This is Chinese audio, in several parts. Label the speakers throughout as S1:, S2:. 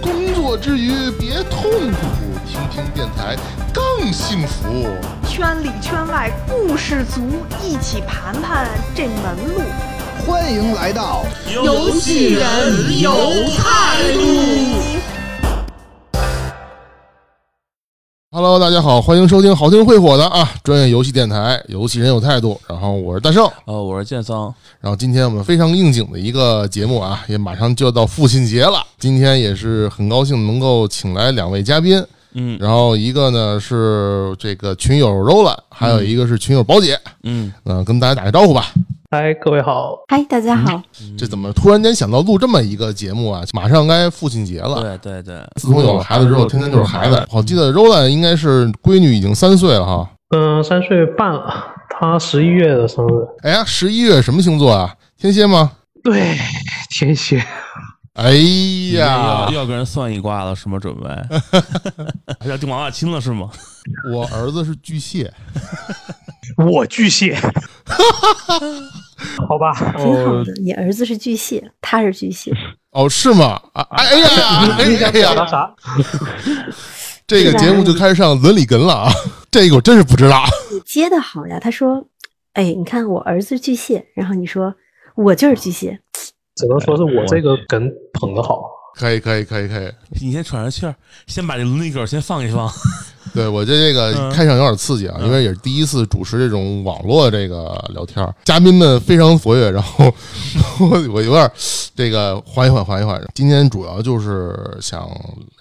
S1: 工作之余别痛苦，听听电台更幸福。
S2: 圈里圈外故事足，一起盘盘这门路。
S3: 欢迎来到
S4: 游戏人有态度。
S1: Hello，大家好，欢迎收听好听会火的啊专业游戏电台，游戏人有态度。然后我是大圣，
S4: 呃，我是建桑，
S1: 然后今天我们非常应景的一个节目啊，也马上就要到父亲节了。今天也是很高兴能够请来两位嘉宾，
S4: 嗯
S1: 然后一个呢是这个群友 Roland，还有一个是群友宝姐，
S4: 嗯，
S1: 嗯、跟大家打个招呼吧。
S5: 嗨，哎各位好，
S6: 嗨，大家好，
S4: 嗯
S1: 这怎么突然间想到录这么一个节目啊？马上该父亲节了。
S4: 对嗯对对，
S1: 自从有了孩子之后，天天就是孩子。我记得 Roland 应该是闺女已经三岁了哈。
S5: 嗯、三岁半了，他十一月的生日，
S1: 哎呀，十一月什么星座啊？天蝎吗？
S5: 对，天蝎，
S1: 哎呀
S4: 要，要跟人算一卦了，什么准备？ 要定娃娃亲了是吗？
S1: 我儿子是巨蟹。
S5: 我巨 蟹，好吧，
S6: 挺
S5: 哦
S6: 好的。你儿子是巨蟹，他是 巨蟹，
S1: 哦，是吗？啊，哎哎呀，哎呀，哎
S5: 表达
S1: 呀，
S5: 啥？
S1: 这个节目就开始上伦理哏了 啊！这个我真是不知道。
S6: 你接的好呀。他说：“哎，你看我儿子是巨蟹。”然后你说：“我就是巨蟹。
S5: 只能说是我这个梗捧得好，
S1: 可以，可以，可以，可以。
S4: 你先喘上气儿，先把这伦理梗先放一放。
S1: 对我觉得这个
S4: 嗯
S1: 开场有点刺激啊，因为也是第一次主持这种网络这个聊天儿，嘉宾们非常活跃，然后 我我有点儿这个缓一缓，缓一缓。今天主要就是想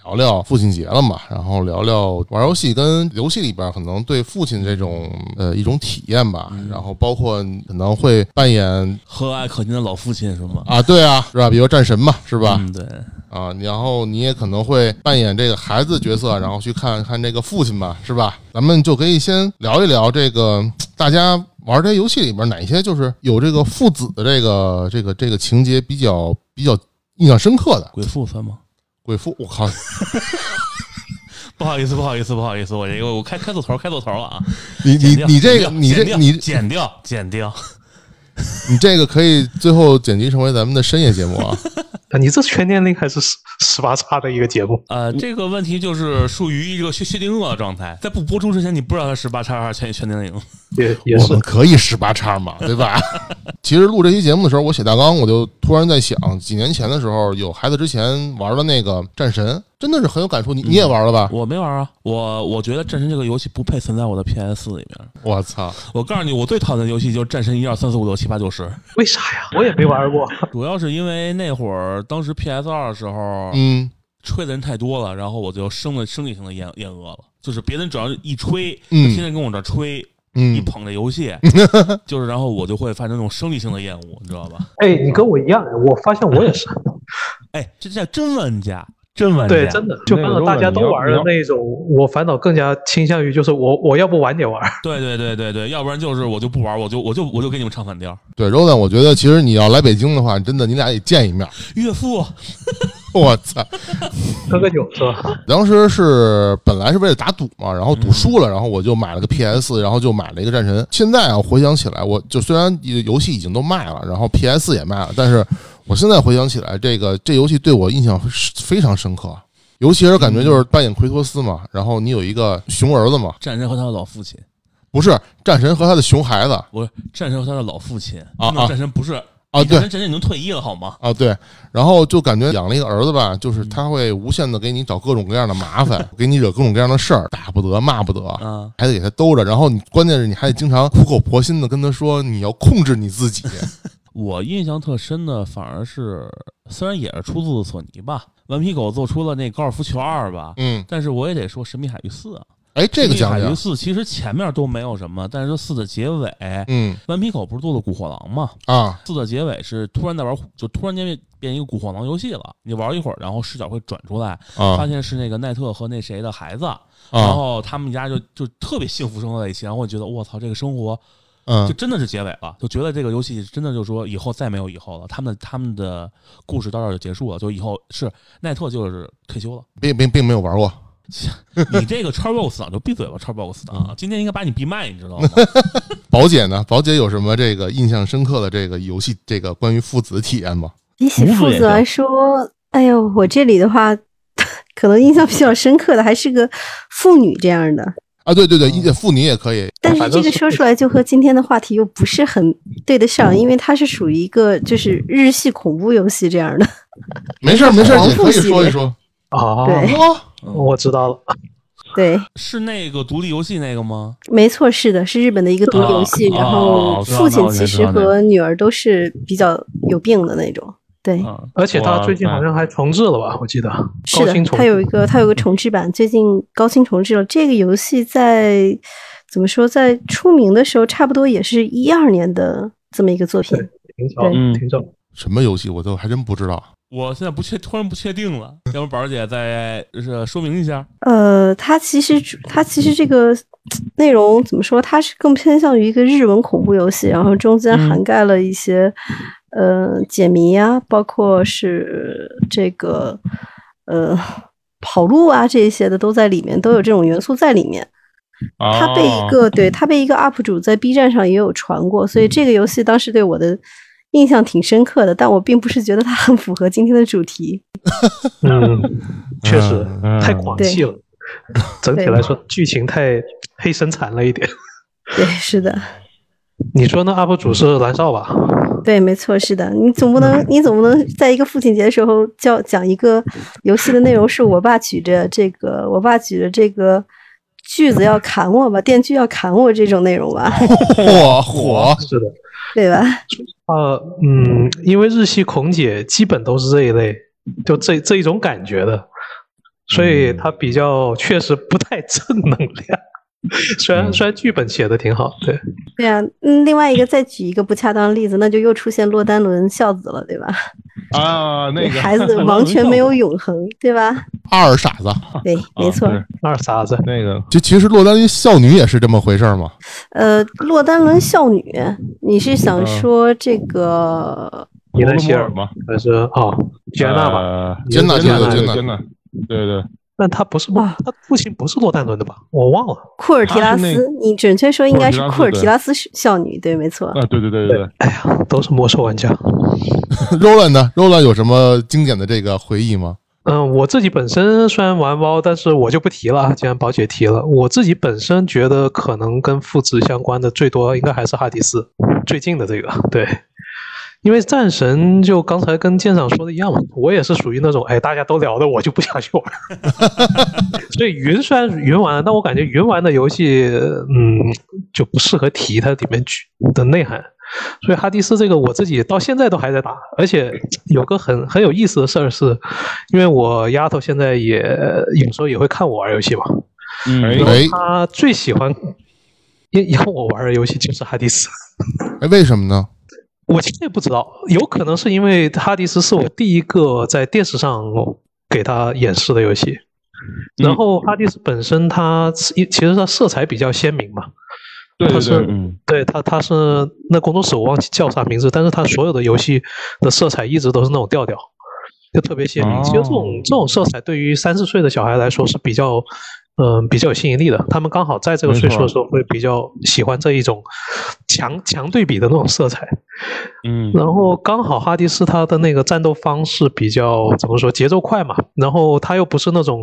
S1: 聊聊父亲节了嘛，然后聊聊玩游戏跟游戏里边可能对父亲这种呃一种体验吧，然后包括可能会扮演
S4: 和蔼可亲的老父亲是吗？
S1: 啊，对啊，是吧？比如战神嘛，是吧？
S4: 嗯，对，
S1: 啊，然后你也可能会扮演这个孩子角色，然后去看看这个父亲吧，是吧？咱们就可以先聊一聊这个大家玩这游戏里边哪一些就是有这个父子的这个这个这个情节比较比较印象深刻的
S4: 鬼父算吗？
S1: 鬼父，我靠，
S4: 不好意思，不好意思，不好意思，我这个我开开错头，开错头了啊！
S1: 你
S4: 剪
S1: 你
S4: 掉
S1: 你这个
S4: 剪掉
S1: 你
S4: 剪掉
S1: 这你
S4: 剪掉剪掉，
S1: 你这个可以最后剪辑成为咱们的深夜节目啊！
S5: 啊你这全年龄还是十十八叉的一个节目，
S4: 呃，这个问题就是属于一个薛薛定谔的状态，在不播出之前，你不知道他十八叉还是全全 年龄。
S5: 也也
S1: 我
S5: 是
S1: 们可以十八叉嘛，对吧？其实录这期节目的时候，我写大纲，我就突然在想，几年前的时候有孩子之前玩的那个《战神》，真的是很有感触。你你也玩了吧？
S4: 我没玩啊，我我觉得战神这个游戏不配存在我的 PS 里面。
S1: 我操！
S4: 我告诉你，我最讨厌的游戏就是战神一二三四五六七八九十，
S5: 为啥呀？我也没玩过，
S4: 主要是因为那会儿当时 PS 二的时候，
S1: 嗯，
S4: 吹的人太多了，然后我就生了生理性的厌厌恶了。就是别人只要一吹，
S1: 嗯
S4: 天天跟我这吹，
S1: 嗯
S4: 一捧这游 戏，就是然后我就会发生那种生理性的厌恶，你知道吧？
S5: 哎，你跟我一样，我发现我也是，
S4: 哎，这叫真玩家，真玩家，
S5: 对，真的，就看到大家都玩的那种，我反倒更加倾向于就是我我要不晚点玩，
S4: 对对对对对，要不然就是我就不玩，我就我就我就给你们唱反调。
S1: 对，Roland，我觉得其实你要来北京的话，真的你俩得见一面。
S4: 岳父，
S1: 我操！
S5: 喝个酒是吧？
S1: 当时是本来是为了打赌嘛，然后赌输了，然后我就买了个 PS，然后就买了一个战神。现在啊，回想起来，我就虽然游戏已经都卖了，然后 PS 也卖了，但是我现在回想起来，这个这游戏对我印象非常深刻。啊尤其是感觉就是扮演奎托斯嘛，然后你有一个熊儿子嘛，
S4: 战神和他的老父亲，
S1: 不是战神和他的熊孩子
S4: 我战神和他的老父亲
S1: 啊
S4: 那
S1: 啊
S4: 战神不是
S1: 啊，对
S4: 战，神已经退役了好吗？
S1: 啊，对，然后就感觉养了一个儿子吧，就是他会无限的给你找各种各样的麻烦，给你惹各种各样的事儿，打不得，骂不得，
S4: 啊，
S1: 还得给他兜着。然后你关键是你还得经常苦口婆心的跟他说，你要控制你自 己。
S4: 我印象特深的反而是，虽然也是出自索尼吧，顽皮狗做出了那高尔夫球二吧，
S1: 嗯，
S4: 但是我也得说神秘海域四啊，
S1: 哎，这个讲
S4: 海
S1: 讲
S4: 云，四其实前面都没有什么，但是这四的结尾，
S1: 嗯
S4: 顽皮狗不是做的古惑狼吗？
S1: 啊，
S4: 四的结尾是突然在玩，就突然间变变一个古惑狼游戏了。你玩一会儿，然后视角会转出来，
S1: 啊
S4: 发现是那个奈特和那谁的孩子，然
S1: 啊，
S4: 后他们一家就就特别幸福生活在一起。然后我觉得我操，这个生活就
S1: 嗯
S4: 真的是结尾了，就觉得这个游戏真的就说以后再没有以后了。他们他们的故事到这儿就结束了，就以后是奈特就是退休了。
S1: 并并并没有玩过，
S4: 你这个叉 box 党就闭嘴吧，叉 box
S1: 嗯
S4: 党，今天应该把你闭麦，你知道吗？
S1: 宝姐呢？宝姐有什么这个印象深刻的这个游戏这个关于父子体验吗？
S6: 比起
S7: 无
S6: 负
S7: 所谓
S6: 责来说，哎呦，我这里的话， 可能印象比较深刻的还是个妇女这样的。
S1: 啊，对对对，一妇女也可以，
S6: 但
S5: 反
S6: 是
S5: 正
S6: 这个
S5: 是
S6: 说出来就和今天的话题又不是很对得上，因为它是属于一个就是日系恐怖游戏这样的。
S1: 没事儿没事儿，
S6: 王
S1: 也可
S6: 父
S1: 以
S6: 系列
S1: 说一说。
S5: 啊，
S6: 对
S1: 哦，
S5: 我知道了。
S6: 对，
S4: 是那个独立游戏那个吗？
S6: 没错，是的，是日本的一个独立游戏。
S4: 啊
S6: 然
S4: 啊
S6: 后
S4: 我知道
S6: 父
S4: 那
S6: 亲
S4: 我
S6: 其
S4: 也知
S6: 实
S4: 道那个
S6: 和女儿都是比较有病的那种。对，
S4: 嗯，
S5: 而且他
S4: 我
S5: 最近好像还重置了吧？我记得
S6: 是
S5: 高
S6: 的
S5: 清，重
S6: 它有一个它有个重置版，最近高清重置了。这个游戏在怎么说，在出名的时候，差不多也是一二年的这么一个作品。
S5: 挺早
S6: 对
S4: 嗯
S5: 挺早。
S1: 什么游戏我都还真不知 道。
S4: 我现在不确，突然不确定了。要不宝儿姐再是说明一下？
S6: 呃，它其实主它其实这个内容怎么说？它是更偏向于一个日文恐怖游戏，然后中间
S4: 嗯
S6: 涵盖了一些、呃解谜啊，包括是这个呃跑路啊这一些的都在里面，都有这种元素在里面。它被
S4: 哦
S6: 一个对它被一个 UP 主在 B 站上也有传过，所以这个游戏当时对我的印象挺深刻的，但我并不是觉得它很符合今天的主题。
S5: 嗯，确实
S7: 嗯
S5: 太狂气了。整体来说，剧情太黑生产了一点。
S6: 对，是的。
S5: 你说那 UP 主是蓝少吧？
S6: 对，没错，是的，你总不能，你总不能在一个父亲节的时候叫讲一个游戏的内容是我爸举着这个，我爸举着这个锯子要砍我吧，电锯要砍我这种内容吧，
S1: 嚯火
S5: 是的。
S6: 对吧？
S5: 呃，嗯，因为日系恐姐基本都是这一类，就这这一种感觉的，所以它比较确实不太正能量。 虽然虽然剧本写的挺好，对，
S6: 对啊，嗯，另外一个再举一个不恰当的例子，那就又出现洛丹伦孝子了，对吧？
S1: 啊，那个
S6: 孩子的王权没有永恒，对吧？
S1: 二傻子，
S6: 对，没错。
S7: 是
S5: 二傻子，
S7: 那个
S1: 就其实洛丹孝女也是这么回事儿嘛。
S6: 呃，洛丹伦孝女，你是想说这个？
S5: 伊莱希
S7: 摩尔
S5: 尔
S7: 嘛，
S5: 还是哦，吉安娜吧？
S7: 吧，
S1: 真的
S5: 也是
S1: 真
S5: 这
S1: 的真
S5: 样
S1: 的
S7: 真呃的，对对，
S5: 但他不是洛
S6: 啊，
S5: 他父亲不是洛丹伦的吧？我忘了。
S6: 库尔提拉
S7: 她是
S6: 斯
S7: 那，
S6: 你准确说应该是库
S7: 库尔
S6: 尔
S7: 提
S6: 提拉斯少女，对，没错。
S7: 啊，对对对对对，
S5: 哎呀，都是魔兽玩家。
S1: Roland 呢？Roland 有什么经典的这个回忆吗？
S5: 嗯，我自己本身虽然玩猫，但是我就不提了啊。既然宝姐提了，我自己本身觉得可能跟父职相关的最多应该还是哈迪斯，最近的这个对。因为战神就刚才跟舰长说的一样嘛，我也是属于那种哎大家都聊的，我就不想去玩。 所以云虽然云玩了，但我感觉云玩的游戏，嗯，就不适合提它里面举的内涵。所以哈迪斯这个我自己到现在都还在打，而且有个很很有意思的事儿是，因为我丫头现在也有时候也会看我玩游戏嘛，
S7: 哎
S1: 哎
S5: 她最喜欢因因为我玩的游戏就是哈迪斯，
S1: 哎，为什么呢？
S5: 我其实也不知道，有可能是因为哈迪斯是我第一个在电视上给他演示的游戏，然后哈迪斯本身它其其实它色彩比较鲜明嘛，
S7: 对
S5: 它
S7: 对
S5: 是
S7: 对，嗯，
S5: 对他，他是那工作室我忘记叫啥名字，但是他所有的游戏的色彩一直都是那种调调，就特别鲜明。其实这
S7: 哦
S5: 种这种色彩对于三四岁的小孩来说是比较，嗯、比较有吸引力的。他们刚好在这个
S7: 没
S5: 岁数
S7: 错
S5: 的时候会比较喜欢这一种强强对比的那种色彩。
S4: 嗯
S5: 然后刚好哈迪斯他的那个战斗方式比较怎么说，节奏快嘛，然后他又不是那种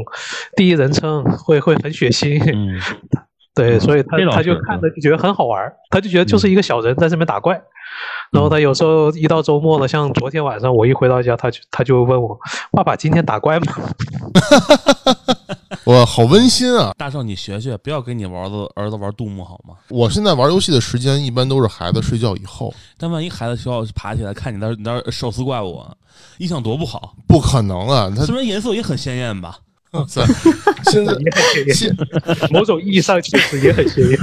S5: 第一人称会会很血腥，
S4: 嗯，
S5: 对，所以他
S7: 这倒
S5: 他就是看着就觉得很好玩儿，他就觉得就是一个小人在这边打怪。然后他有时候一到周末了，像昨天晚上我一回到家，他就他就问我：“爸爸今天打怪吗
S1: 我好温馨啊！
S4: 大圣，你学学，不要给你儿子儿子玩杜牧好吗？
S1: 我现在玩游戏的时间一般都是孩子睡觉以后，
S4: 但万一孩子需要爬起来看你那儿你那儿手撕怪物，啊，印象多不好。
S1: 不可能啊！他
S4: 虽然颜色也很鲜艳吧，
S1: 哇塞现在
S5: 也很鲜艳，
S1: 现
S5: 某种意义上确实也很鲜艳。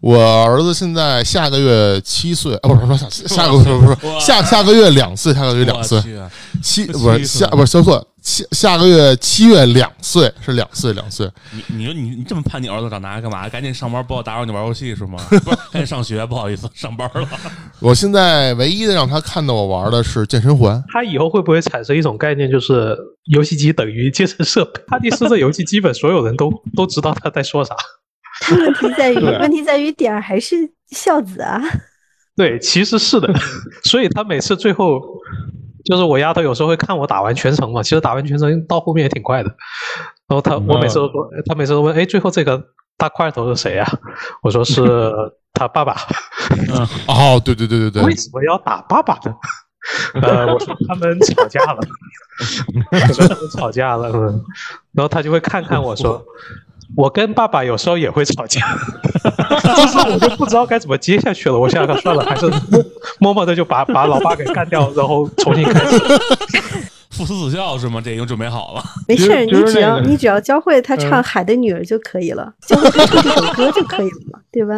S1: 我儿子现在下个月七岁，啊，不是不是下下个月不是不是下下个月两岁，下个月两岁
S4: 我，去
S1: 七
S4: 七
S1: 不是
S4: 岁
S1: 下不是说错，下下个月七月两岁是两岁两岁，
S4: 你你说你你这么盼你儿子长大干嘛？赶紧上班，不要打扰你玩游戏是吗？ 不是，赶紧上学，不好意思，上班了。
S1: 我现在唯一的让他看到我玩的是健身环，
S5: 它以后会不会产生一种概念，就是游戏机等于健身设备？哈迪斯的游戏基本所有人都都知道他在说啥。
S6: 但问题在于，
S7: 对
S6: 问题在于点儿还是孝子啊。
S5: 对，其实是的，所以他每次最后就是我丫头有时候会看我打完全程嘛，其实打完全程到后面也挺快的。然后他我每次都说，他每次都问，哎，最后这个大块头是谁呀、我说是他爸爸。
S1: 哦，对对对对
S5: 为
S1: 对，
S5: 什么要打爸爸 呢？呃，我说他们吵架了，我说他们吵架了，嗯，然后他就会看看我说，我跟爸爸有时候也会吵架， 这时候我就不知道该怎么接下去了。我想想算了，还是默默默的就把把老爸给干掉，然后重新开始。
S4: 父慈子孝是吗？这已经准备好了。
S6: 没事儿，
S7: 其实
S6: 你只
S7: 那
S6: 要
S7: 个
S6: 你只要教会他唱《海的女儿》就可以了，教会他唱这首歌就可以了嘛，对吧？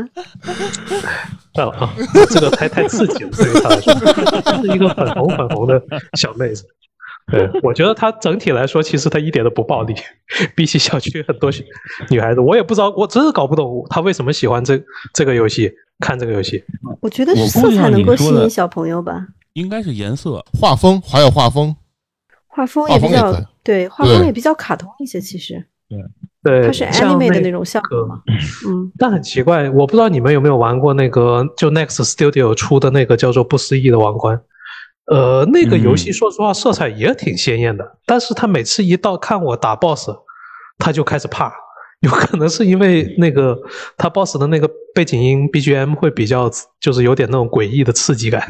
S5: 算了啊， 这个太太刺激了，对于他来说，就是一个粉红粉红的小妹子。对，我觉得她整体来说，其实她一点都不暴力， 比起小区很多女孩子，我也不知道，我真是搞不懂她为什么喜欢这这个游戏，看这个游戏。
S6: 我觉得
S4: 我估
S6: 是色
S4: 计
S6: 彩
S4: 像
S6: 能
S4: 你
S6: 够吸
S4: 说的
S6: 引小朋友吧，
S4: 应该是颜色，
S1: 画风还有画风，
S6: 画风
S1: 画
S6: 也
S1: 风
S6: 比
S1: 也
S6: 较
S1: 可以
S6: 对，画风
S1: 对
S6: 也比较卡通一些。其实
S5: 对，
S6: 它是
S5: 像
S6: anime 的那种效果嘛，嗯，
S5: 但很奇怪，我不知道你们有没有玩过那个就 Next Studio 出的那个叫做《不思议的王冠》。呃，那个游戏说实话色彩也挺鲜艳的，但是他每次一到看我打 BOSS，他就开始怕，有可能是因为那个他 BOSS 的那个背景音 BGM 会比较就是有点那种诡异的刺激感。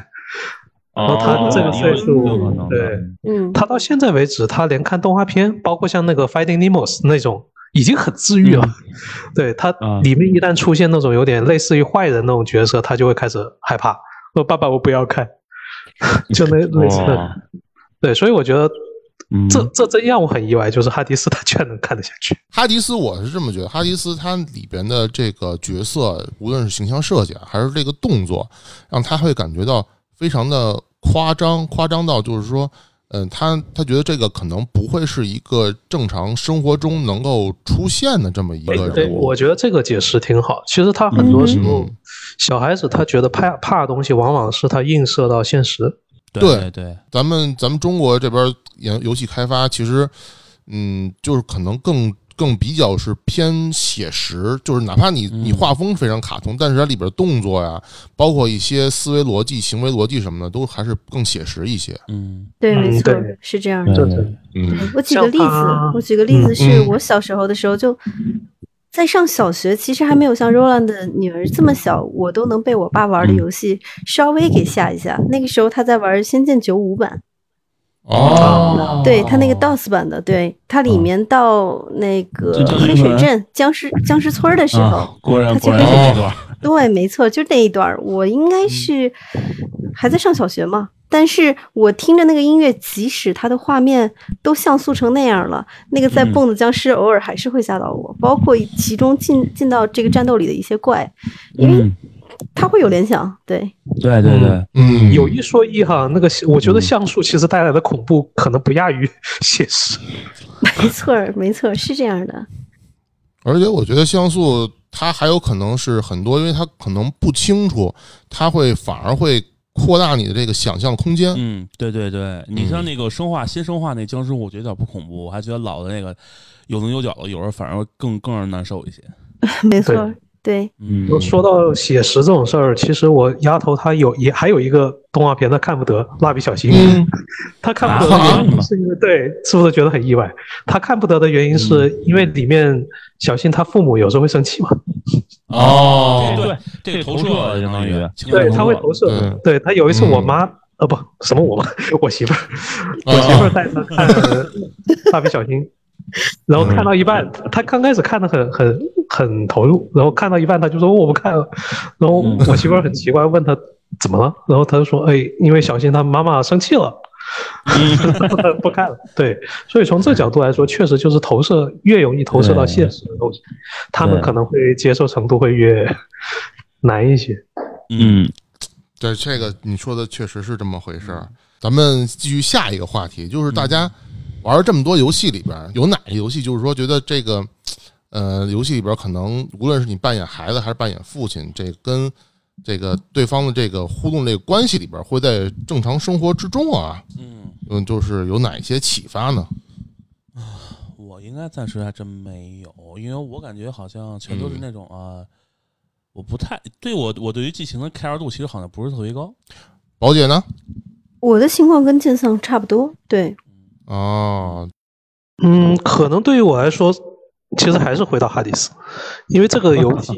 S7: 哦，
S5: 他这个岁数
S7: 有可能的
S5: 对
S6: 嗯，
S5: 他到现在为止，他连看动画片，包括像那个《Finding Nemo》那种，已经很治愈了。 对他
S7: 嗯
S5: 里面一旦出现那种有点类似于坏人那种角色，他就会开始害怕，说：“爸爸，我不要看。” 就 那类似的。
S7: 哦
S5: 对，所以我觉得
S7: 嗯
S5: 这这真让我很意外，就是哈迪斯他居然能看得下去。
S1: 哈迪斯，我是这么觉得，哈迪斯他里边的这个角色，无论是形象设计啊还是这个动作，让他会感觉到非常的夸张，夸张到就是说，嗯，他他觉得这个可能不会是一个正常生活中能够出现的这么一个
S5: 对，
S1: 人物
S5: 我。觉得这个解释挺好。其实他很多时候，
S1: 嗯
S5: 小孩子他觉得怕怕的东西，往往是他映射到现实。
S4: 对对，
S1: 咱们咱们中国这边游游戏开发，其实，嗯，就是可能更更比较是偏写实，就是哪怕你
S4: 嗯
S1: 你画风非常卡通，但是它里边的动作呀，包括一些思维逻辑、行为逻辑什么的，都还是更写实一些。
S4: 嗯，
S6: 对，
S5: 嗯
S6: 没错
S5: 对，
S6: 是这样的。
S5: 对
S4: 对
S5: 对
S1: 嗯
S6: 我举个例子
S7: 啊
S5: 像，
S6: 我举个例
S5: 嗯
S6: 子是
S1: 嗯
S6: 我小时候的时候就。在上小学，其实还没有像 Roland 的女儿这么小，我都能被我爸玩
S7: 嗯
S6: 的游戏稍微给吓一吓。那个时候他在玩《仙剑九五版》，
S1: 哦
S6: 对他那个 DOS 版的，对它里面到那个
S7: 嗯就叫那
S6: 黑水
S7: 个
S6: 镇僵尸僵尸村儿的时
S7: 啊
S6: 候，，
S7: 果然
S6: 他
S7: 果
S6: 就是
S7: 然是这段，
S6: 对，没错，就那一段儿，我应该是还在上小学嘛。但是我听着那个音乐，即使它的画面都像素成那样了，那个在
S4: 嗯
S6: 蹦的僵尸偶尔还是会吓到我，包括其中进进到这个战斗里的一些怪，因为
S7: 嗯，
S6: 它会有联想。对，
S7: 对对对，
S1: 嗯，
S5: 有一说一哈，那个我觉得
S4: 嗯
S5: 像素其实带来的恐怖可能不亚于 现实。
S6: 没错儿，没错儿，是这样的。
S1: 而且我觉得像素它还有可能是很多，因为它可能不清楚，它会反而会扩大你的这个想象空间。
S4: 嗯，对对对，你像那个生化新生化那僵尸，我觉得有点不恐怖，我还觉得老的那个有棱有角的，有时候反而更更让人难受一些。
S6: 没错儿，对，
S4: 嗯，
S5: 说到写实这种事儿，其实我丫头她有也还有一个动画片，她看不得《蜡笔小新》
S1: 嗯
S5: 她看不得
S4: 啊
S5: 的原因是因为对，是不是觉得很意外？她看不得的原因是因为里面小新他父母有时候会生气嘛，
S1: 哦
S4: 对，这个投射相当于，
S5: 对，他会投射
S1: 对。
S5: 对他有一次我妈呃不什么我妈，我媳妇儿， 我媳妇儿带她看蜡笔小新，然后看到一半，她刚开始看的很很很投入，然后看到一半她就说我不看了，然后我媳妇儿很奇怪问她怎么了，然后她就说哎，因为小新他妈妈生气了， 不看了。对，所以从这角度来说，确实就是投射越容易投射到现实的东西，他们
S7: 对
S5: 可能会接受程度会越难一些。
S7: 嗯，
S1: 对，这个你说的确实是这么回事儿。咱们继续下一个话题，就是大家玩儿这么多游戏里边儿，有哪个游戏就是说觉得这个，呃，游戏里边儿可能无论是你扮演孩子还是扮演父亲，这跟这个对方的这个互动这个关系里边儿，会在正常生活之中啊，
S4: 嗯，
S1: 嗯，就是有哪一些启发呢？
S4: 嗯我应该暂时还真没有，因为我感觉好像全都是
S1: 嗯
S4: 那种啊、我不太对我我对于剧情的 care 度其实好像不是特别 高。
S1: 宝姐呢？
S6: 我的情况跟剑桑差不多，对，
S1: 哦，
S5: 嗯，可能对于我来说，其实还是回到哈迪斯，因为这个游戏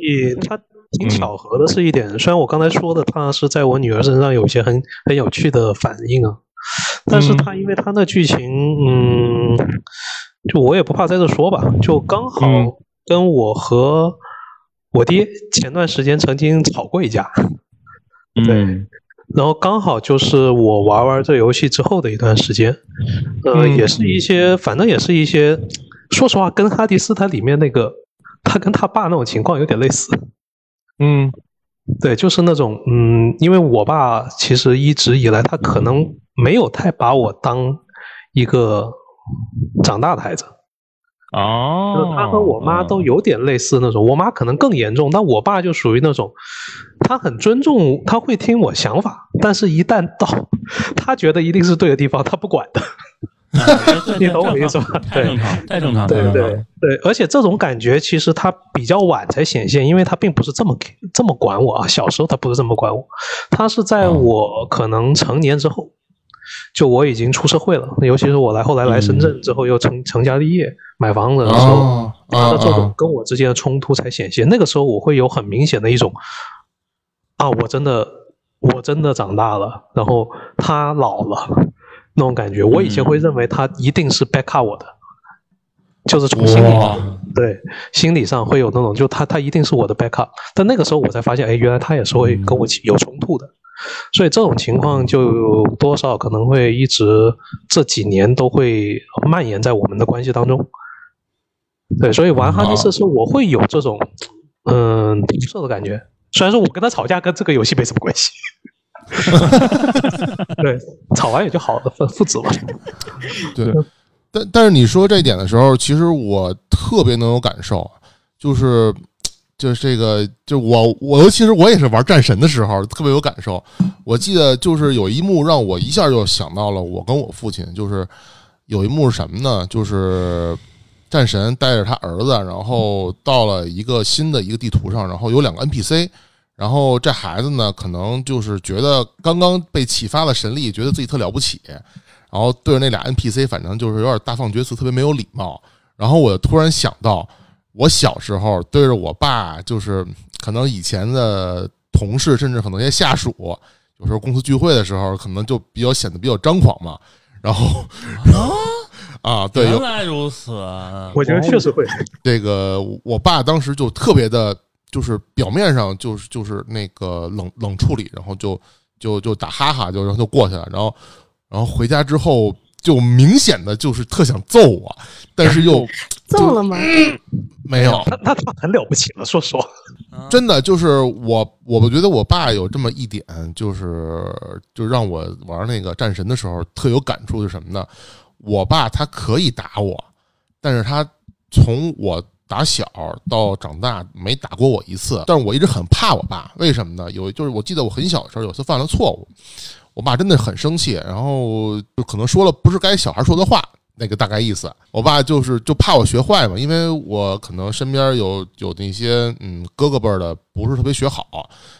S5: 它挺巧合的是一点，虽然我刚才说的它是在我女儿身上有一些很很有趣的反应啊，但是它因为它的剧情，嗯，就我也不怕在这说吧，就刚好
S7: 嗯
S5: 跟我和我爹前段时间曾经吵过一架，
S7: 对，
S5: 然后刚好就是我玩玩这游戏之后的一段时间，呃，
S7: 嗯
S5: 也是一些，反正也是一些，说实话，跟哈迪斯它里面那个他跟他爸那种情况有点类似。
S7: 嗯
S5: 对，就是那种，嗯，因为我爸其实一直以来他可能没有太把我当一个长大的孩子，就是
S7: 哦，
S5: 他和我妈都有点类似那种，我妈可能更严重，但我爸就属于那种，他很尊重，他会听我想法，但是一旦到他觉得一定是对的地方，他不管的。
S4: 啊对对对
S5: 你懂我意思吧
S4: 太正常，太正常，太正常。
S5: 对，而且这种感觉其实他比较晚才显现，因为他并不是这么给这么管我啊。小时候他不是这么管我，他是在我可能成年之后，就我已经出社会了，尤其是我来后来来深圳之后又成、成家立业、买房子的时候，
S1: 哦，
S5: 呃他的这种
S1: 啊
S5: 跟我之间的冲突才显现。那个时候我会有很明显的一种啊，我真的我真的长大了，然后他老了那种感觉。我以前会认为他一定是 back up 我的，就是从心理
S1: 哇
S5: 上对心理上会有那种，就他他一定是我的 back up。但那个时候我才发现，哎，原来他也是会跟我起有冲突的。所以这种情况就多少可能会一直这几年都会蔓延在我们的关系当中。对，所以玩哈迪斯是我会有这种嗯投射的感觉。虽然说我跟他吵架跟这个游戏没什么关系，对，吵完也就好了，父父子嘛。
S1: 对，但但是你说这一点的时候，其实我特别能有感受，啊就是就是这个，就我我尤其是我也是玩战神的时候特别有感受。我记得就是有一幕让我一下就想到了我跟我父亲，就是有一幕是什么呢？就是战神带着他儿子，然后到了一个新的一个地图上，然后有两个 NPC。然后这孩子呢，可能就是觉得刚刚被启发了神力，觉得自己特了不起，然后对着那俩 NPC，反正就是有点大放厥词，特别没有礼貌。然后我就突然想到，我小时候对着我爸，就是可能以前的同事，甚至可能一些下属，有时候公司聚会的时候，可能就比较显得比较张狂嘛。然后， 啊，对，有
S4: 原来如此啊，
S5: 我觉得确实会，
S1: 这个我爸当时就特别的，就是表面上就是就是那个冷冷处理，然后就就就打哈哈，就然后就过去了，然后然后回家之后就明显的就是特想揍我，但是又
S6: 揍了吗？
S1: 没有，
S5: 他他他很了不起了，说实话。
S4: 啊嗯
S1: 真的就是我，我觉得我爸有这么一点，就是就让我玩那个战神的时候特有感触，是什么呢？我爸他可以打我，但是他从我打小到长大没打过我一次，但是我一直很怕我爸，为什么呢？有就是我记得我很小的时候有次犯了错误，我爸真的很生气，然后就可能说了不是该小孩说的话，那个大概意思。我爸就是就怕我学坏嘛，因为我可能身边有有那些嗯哥哥辈儿的不是特别学好，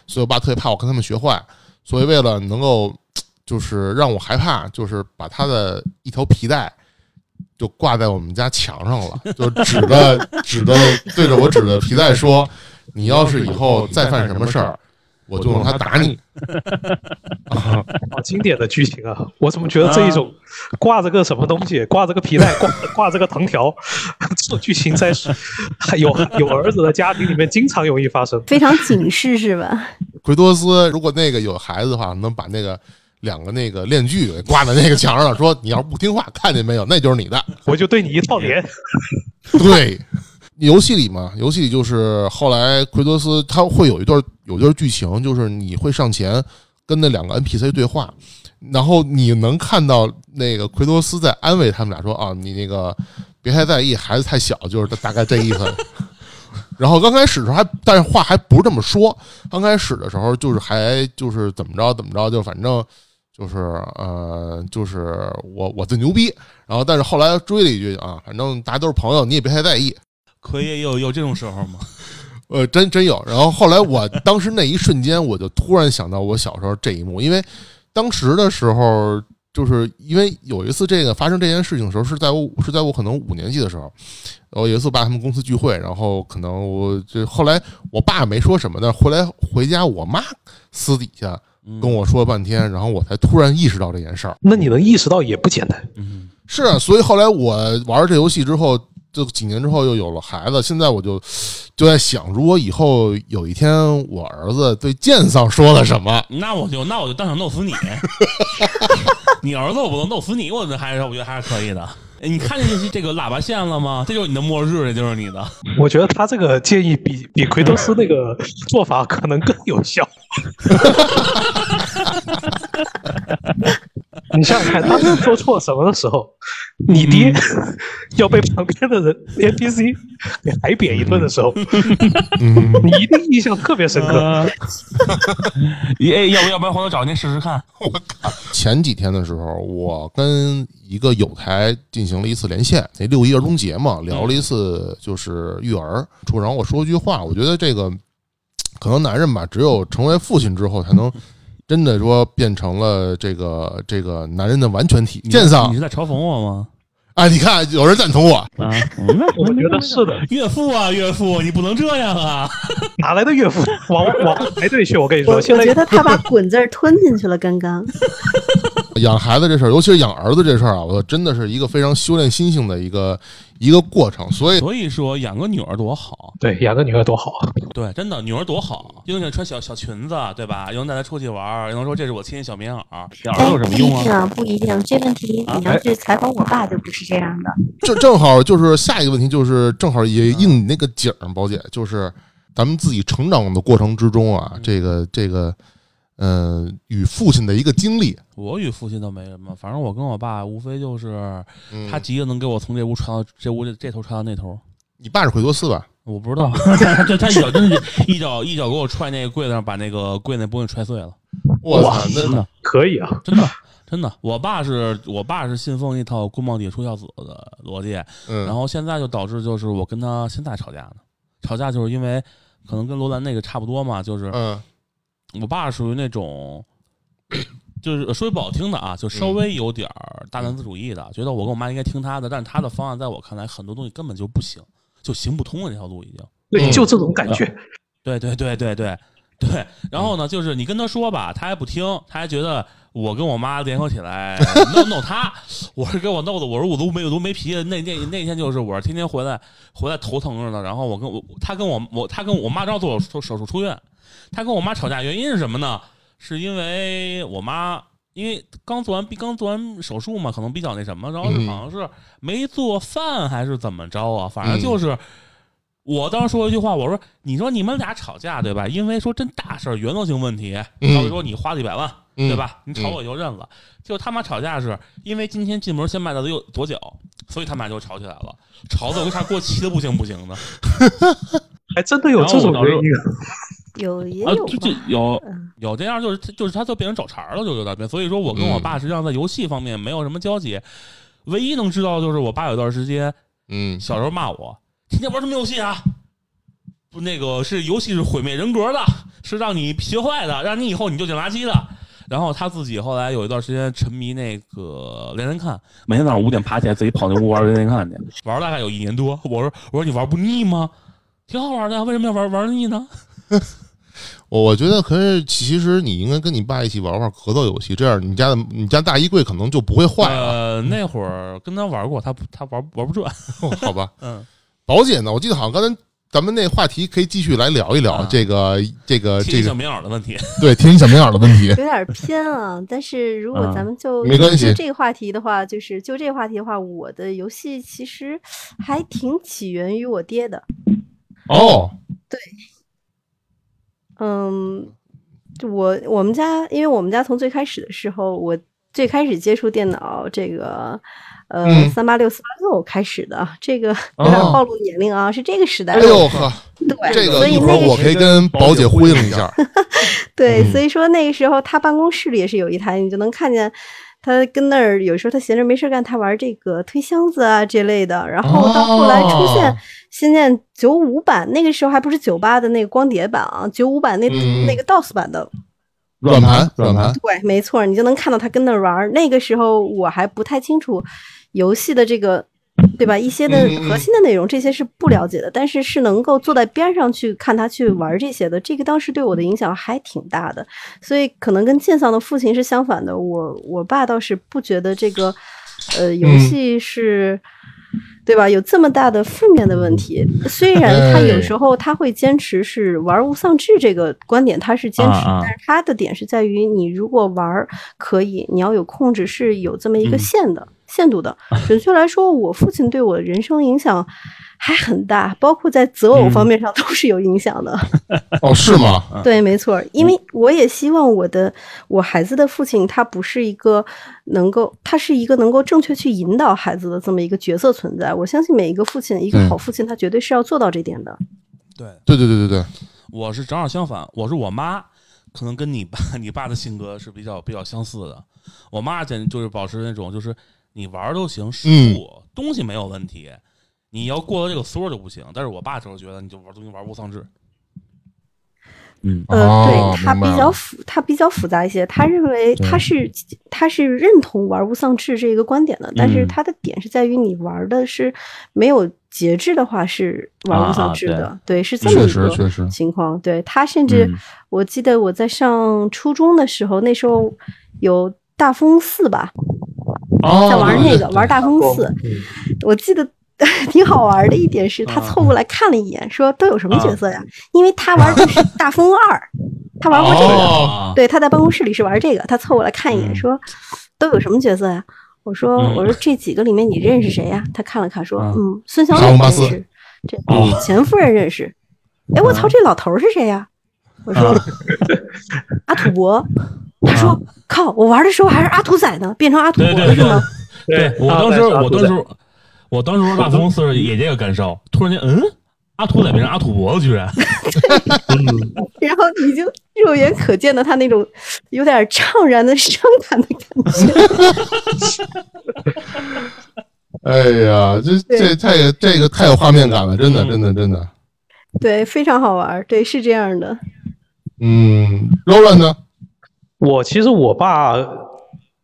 S1: 所以我爸特别怕我跟他们学坏，所以为了能够就是让我害怕，就是把他的一条皮带。就挂在我们家墙上了，就指着指着对着我指着皮带说：“你要是以后再犯什么事儿，我就让他打你。”
S5: 好经典的剧情啊！我怎么觉得这一种挂着个什么东西，挂着个皮带，挂 挂着个藤条， 这种剧情在还 有有儿子的家庭里面经常容易发生。
S6: 非常警示是吧？
S1: 奎多斯如果那个有孩子的话，能把那个两个那个链锯给挂在那个墙上，说你要是不听话，看见没有，那就是你的。
S5: 我就对你一套脸。
S1: 对，游戏里嘛，游戏里就是后来奎多斯他会有一段有一段剧情，就是你会上前跟那两个 NPC 对话，然后你能看到那个奎多斯在安慰他们俩说啊，你那个别太在意，孩子太小，就是大概这意思。 然后刚开始的时候还，但是话还不是这么说。刚开始的时候就是还就是怎么着怎么着，就反正就是呃就是我我最牛逼，然后但是后来追了一句啊，反正大家都是朋友，你也别太在意。
S4: 奎爷有有这种时候吗？
S1: 呃，真真有。然后后来我当时那一瞬间，我就突然想到我小时候这一幕，因为当时的时候，就是因为有一次这个发生这件事情的时候，是在我是在我可能五年级的时候，我有一次我爸他们公司聚会，然后可能我就后来我爸没说什么，但是回来回家我妈私底下跟我说了半天，然后我才突然意识到这件事儿。
S5: 那你能意识到也不简单。
S4: 嗯，
S1: 是啊，所以后来我玩这游戏之后，就几年之后又有了孩子，现在我就就在想，如果以后有一天我儿子对剑桑说了什 么，
S4: 那我就那我就当场弄 死你，你儿子我不能弄死你，我那还是我觉得还是可以的。哎你看见这这个喇叭线了吗？这就是你的末日，这就是你的。
S5: 我觉得他这个建议比比奎托斯那个做法可能更有效。 你想想看，他是做错什么的时候，你爹要被旁边的人 NPC 给挨扁一顿的时候，你一定印象特别深刻。
S4: 呃， 哎，要不要不然回头找您试试看？
S1: 前几天的时候，我跟一个友台进行了一次连线，那六一儿童节嘛，聊了一次就是育儿，然后我说一句话，我觉得这个可能男人吧，只有成为父亲之后才能。真的说变成了这个这个男人的完全体，剑
S4: 你
S1: 桑
S4: 是在嘲讽我吗？
S1: 哎，你看有人赞同我，
S4: 啊，明白。
S5: 我觉得是的，
S4: 岳父啊，岳父，你不能这样啊！
S5: 哪来的岳父？ 往往排队去，我跟你
S6: 我
S5: 说，
S6: 我
S5: 现在
S6: 觉得他把“滚”字儿吞进去了，刚刚。
S1: 养孩子这事儿，尤其是养儿子这事儿啊，我真的是一个非常修炼心性的一个一个过程。所 以，
S4: 所以说养个女儿多好，
S5: 对养个女儿多好啊！
S4: 对，真的女儿多好，又能穿小小裙子，对吧？又能带她出去玩儿，又能说这是我亲小棉袄，养儿子有什么用
S5: 哎
S8: 不一定
S4: 啊？
S8: 啊，不一定。这问题你要是采访我爸，就不是这样的。
S1: 正正好就是下一个问题，就是正好也应你那个景儿，宝姐，就是咱们自己成长的过程之中啊，这个这个，嗯、与父亲的一个经历，
S4: 我与父亲倒没什么，反正我跟我爸无非就是
S1: 嗯
S4: 他急着能给我从这屋传到这屋这这头传到那头，
S1: 你爸是奎多斯吧？
S4: 我不知道， 就他一脚真是一脚一脚给我踹那个柜子上，把那个柜那玻璃踹碎了，
S1: 我操，
S4: 真
S1: 那
S4: 的
S5: 可以啊，
S4: 真的。 真的，我爸是我爸是信奉一套“棍棒底出孝子”的逻辑，
S1: 嗯，
S4: 然后现在就导致就是我跟他现在吵架呢，吵架就是因为可能跟罗兰那个差不多嘛，就是
S1: 嗯
S4: 我爸属于那种，就是呃说句不好听的啊，就稍微有点儿大男子主义的，觉得我跟我妈应该听他的，但是他的方案在我看来很多东西根本就不行，就行不通了这条路已经。
S1: 嗯
S5: 对，就这种感觉。
S4: 对对对对对对，然后呢，就是你跟他说吧，他还不听，他还觉得我跟我妈联合起 来弄弄他，我是给我弄的，我说我都没有都没脾气。那那那天就是我是天天回来回来头疼着呢，然后我跟我他跟我我他跟我妈正好做手手术出院，他跟我妈吵架原因是什么呢？是因为我妈。因为刚做完刚做完手术嘛，可能比较那什么，然后是
S1: 嗯
S4: 好像是没做饭还是怎么着啊，反
S1: 嗯
S4: 正就是我当时说了一句话，我说：“你说你们俩吵架对吧？因为说真大事儿，原则性问题，
S1: 嗯
S4: 好比说你花了一百万，
S1: 嗯
S4: 对吧？你吵我就认了。就他妈吵架是因为今天进门先迈到右左脚，所以他们俩就吵起来了，吵得我跟啥过期的不行不行的。
S5: 还真的有这种原因啊。
S6: 有也
S4: 啊
S6: 有，
S4: 就
S6: 吧
S4: 就。有
S6: 嗯
S4: 有这样，就是他就是他就变成找茬儿了，就有点变。所以说我跟我爸实际上在游戏方面没有什么交集，唯一能知道就是我爸有段时间
S1: 嗯
S4: 小时候骂我，天天玩什么游戏啊？不，那个是游戏是毁灭人格的，是让你学坏的，让你以后你就捡垃圾的。然后他自己后来有一段时间沉迷那个连连看，每天早上五点爬起来自己跑那屋玩连连看去，玩大概有一年多。我说我说你玩不腻吗？挺好玩的呀，为什么要玩玩腻呢？
S1: 我我觉得，可是其实你应该跟你爸一起玩玩格斗游戏，这样你家的你家大衣柜可能就不会坏了，
S4: 呃，那会儿跟他玩过，他不他玩玩不转。
S1: 好吧？
S4: 嗯，
S1: 宝姐呢？我记得好像刚才咱们那话题可以继续来聊一聊
S4: 啊
S1: 这个这个
S4: 听
S1: 呃这
S4: 小
S1: 个
S4: 棉袄的问题，
S1: 对天津小棉袄的 问题。
S6: 有点偏啊，但是如果
S7: 嗯
S6: 咱们就、
S1: 没关系
S6: 就这个话题的话，就是就这个话题的话，我的游戏其实还挺起源于我爹的。
S1: 哦，
S6: 嗯，就我我们家，因为我们家从最开始的时候，我最开始接触电脑这个，呃，
S1: 嗯
S6: 三八六四八六开始的，这个有
S1: 哦
S6: 点暴露年龄啊，是这个时代
S1: 哎
S6: 的。
S1: 呦呵，
S6: 对，
S1: 这
S6: 所
S1: 个
S6: 以
S1: 一
S6: 那
S1: 会儿
S6: 个
S1: 我可以跟宝姐呼应一下。
S6: 对，
S1: 嗯
S6: 所以说那个时候他办公室里也是有一台，你就能看见他跟那儿，有时候他闲着没事干，他玩这个推箱子啊这类的。然后到后来出现
S1: 哦
S6: 《仙剑九五版》，那个时候还不是九八的那个光碟版啊，九五版那、
S1: 嗯
S6: 那个 DOS 版的。
S1: 软盘，
S7: 软
S1: 软盘，
S6: 对，没错，你就能看到他跟那儿玩儿。那个时候我还不太清楚游戏的这个，对吧？一些的
S1: 嗯嗯嗯
S6: 核心的内容，这些是不了解的，但是是能够坐在边上去看他去玩儿这些的。这个当时对我的影响还挺大的，所以可能跟建桑的父亲是相反的。我我爸倒是不觉得这个，呃，游
S1: 嗯
S6: 戏是。对吧？有这么大的负面的问题，虽然
S1: 哎
S6: 他有时候他会坚持是玩无丧志这个观点，他是坚持，
S7: 啊啊
S6: 但是他的点是在于你如果玩儿可以，你要有控制，是有这么一个
S7: 嗯
S6: 限的、限度 的。准确来说，我父亲对我人生影响还很大，包括在择偶
S7: 嗯
S6: 方面上都是有影响的。
S1: 哦，是吗？
S6: 对，没错，
S7: 嗯
S6: 因为我也希望我的我孩子的父亲，他不是一个能够，他是一个能够正确去引导孩子的这么一个角色存在。我相信每一个父亲，一个
S1: 对
S7: 嗯
S6: 好父亲，他绝对是要做到这点的。
S4: 对，
S1: 对对对对对，
S4: 我是正好相反，我是我妈，可能跟你爸 你爸的性格是比较比较相似的。我妈简直就是保持那种，就是你玩儿都行，食物、东西没有问题，你要过了这个缩就不行。但是我爸就是觉得你就玩东西玩物丧志，
S7: 嗯
S6: 呃，
S1: 哦
S6: 对他
S1: 明白
S6: 比较
S1: 了
S6: 复，他比较复杂一些。他认为他是他是认同玩物丧志这一个观点的，但是
S7: 嗯
S6: 他的点是在于你玩的是没有节制的话是玩
S7: 啊
S6: 物丧
S7: 啊
S6: 志
S7: 对
S6: 的，对，是这么
S1: 确
S6: 一个
S1: 实确实，
S6: 情况。对他，甚至
S7: 嗯
S6: 我记得我在上初中的时候，那时候有大风四吧，
S1: 哦
S6: 在玩那
S1: 对
S6: 个玩大风四，我记得 挺好玩的一点是，他凑过来看了一眼，说都有什么角色呀？因为他玩的是大风二，他玩过这个，
S1: 哦
S6: 对，他在办公室里是玩这个，他凑过来看一眼，说都有什么角色呀？我说
S4: 嗯
S6: 我说这几个里面你认识谁呀？他看了看说，
S7: 啊
S6: 嗯，孙小
S1: 沙
S6: 磊
S1: 龙巴
S6: 认
S1: 斯
S6: 识，这嗯钱夫人认识，哎，我操，这老头儿是谁呀？我说阿土伯，他说靠，我玩的时候还是阿土仔呢，变成阿土伯
S4: 对对
S6: 了是
S4: 对
S6: 吗？
S4: 对
S5: 啊
S4: 我当时，我当
S5: 时
S4: 时，我当时玩大富翁四十也这个感受，突然间，嗯，阿秃仔变成阿土伯了，居然。
S6: 然后你就肉眼可见的他那种有点怅然的伤感的感觉。
S1: 哎呀，这这
S6: 对
S1: 太这个太有画面感了，真的真的真的。
S6: 对，非常好玩儿，对，是这样的。
S1: 嗯，Roland 呢？
S5: 我其实我爸，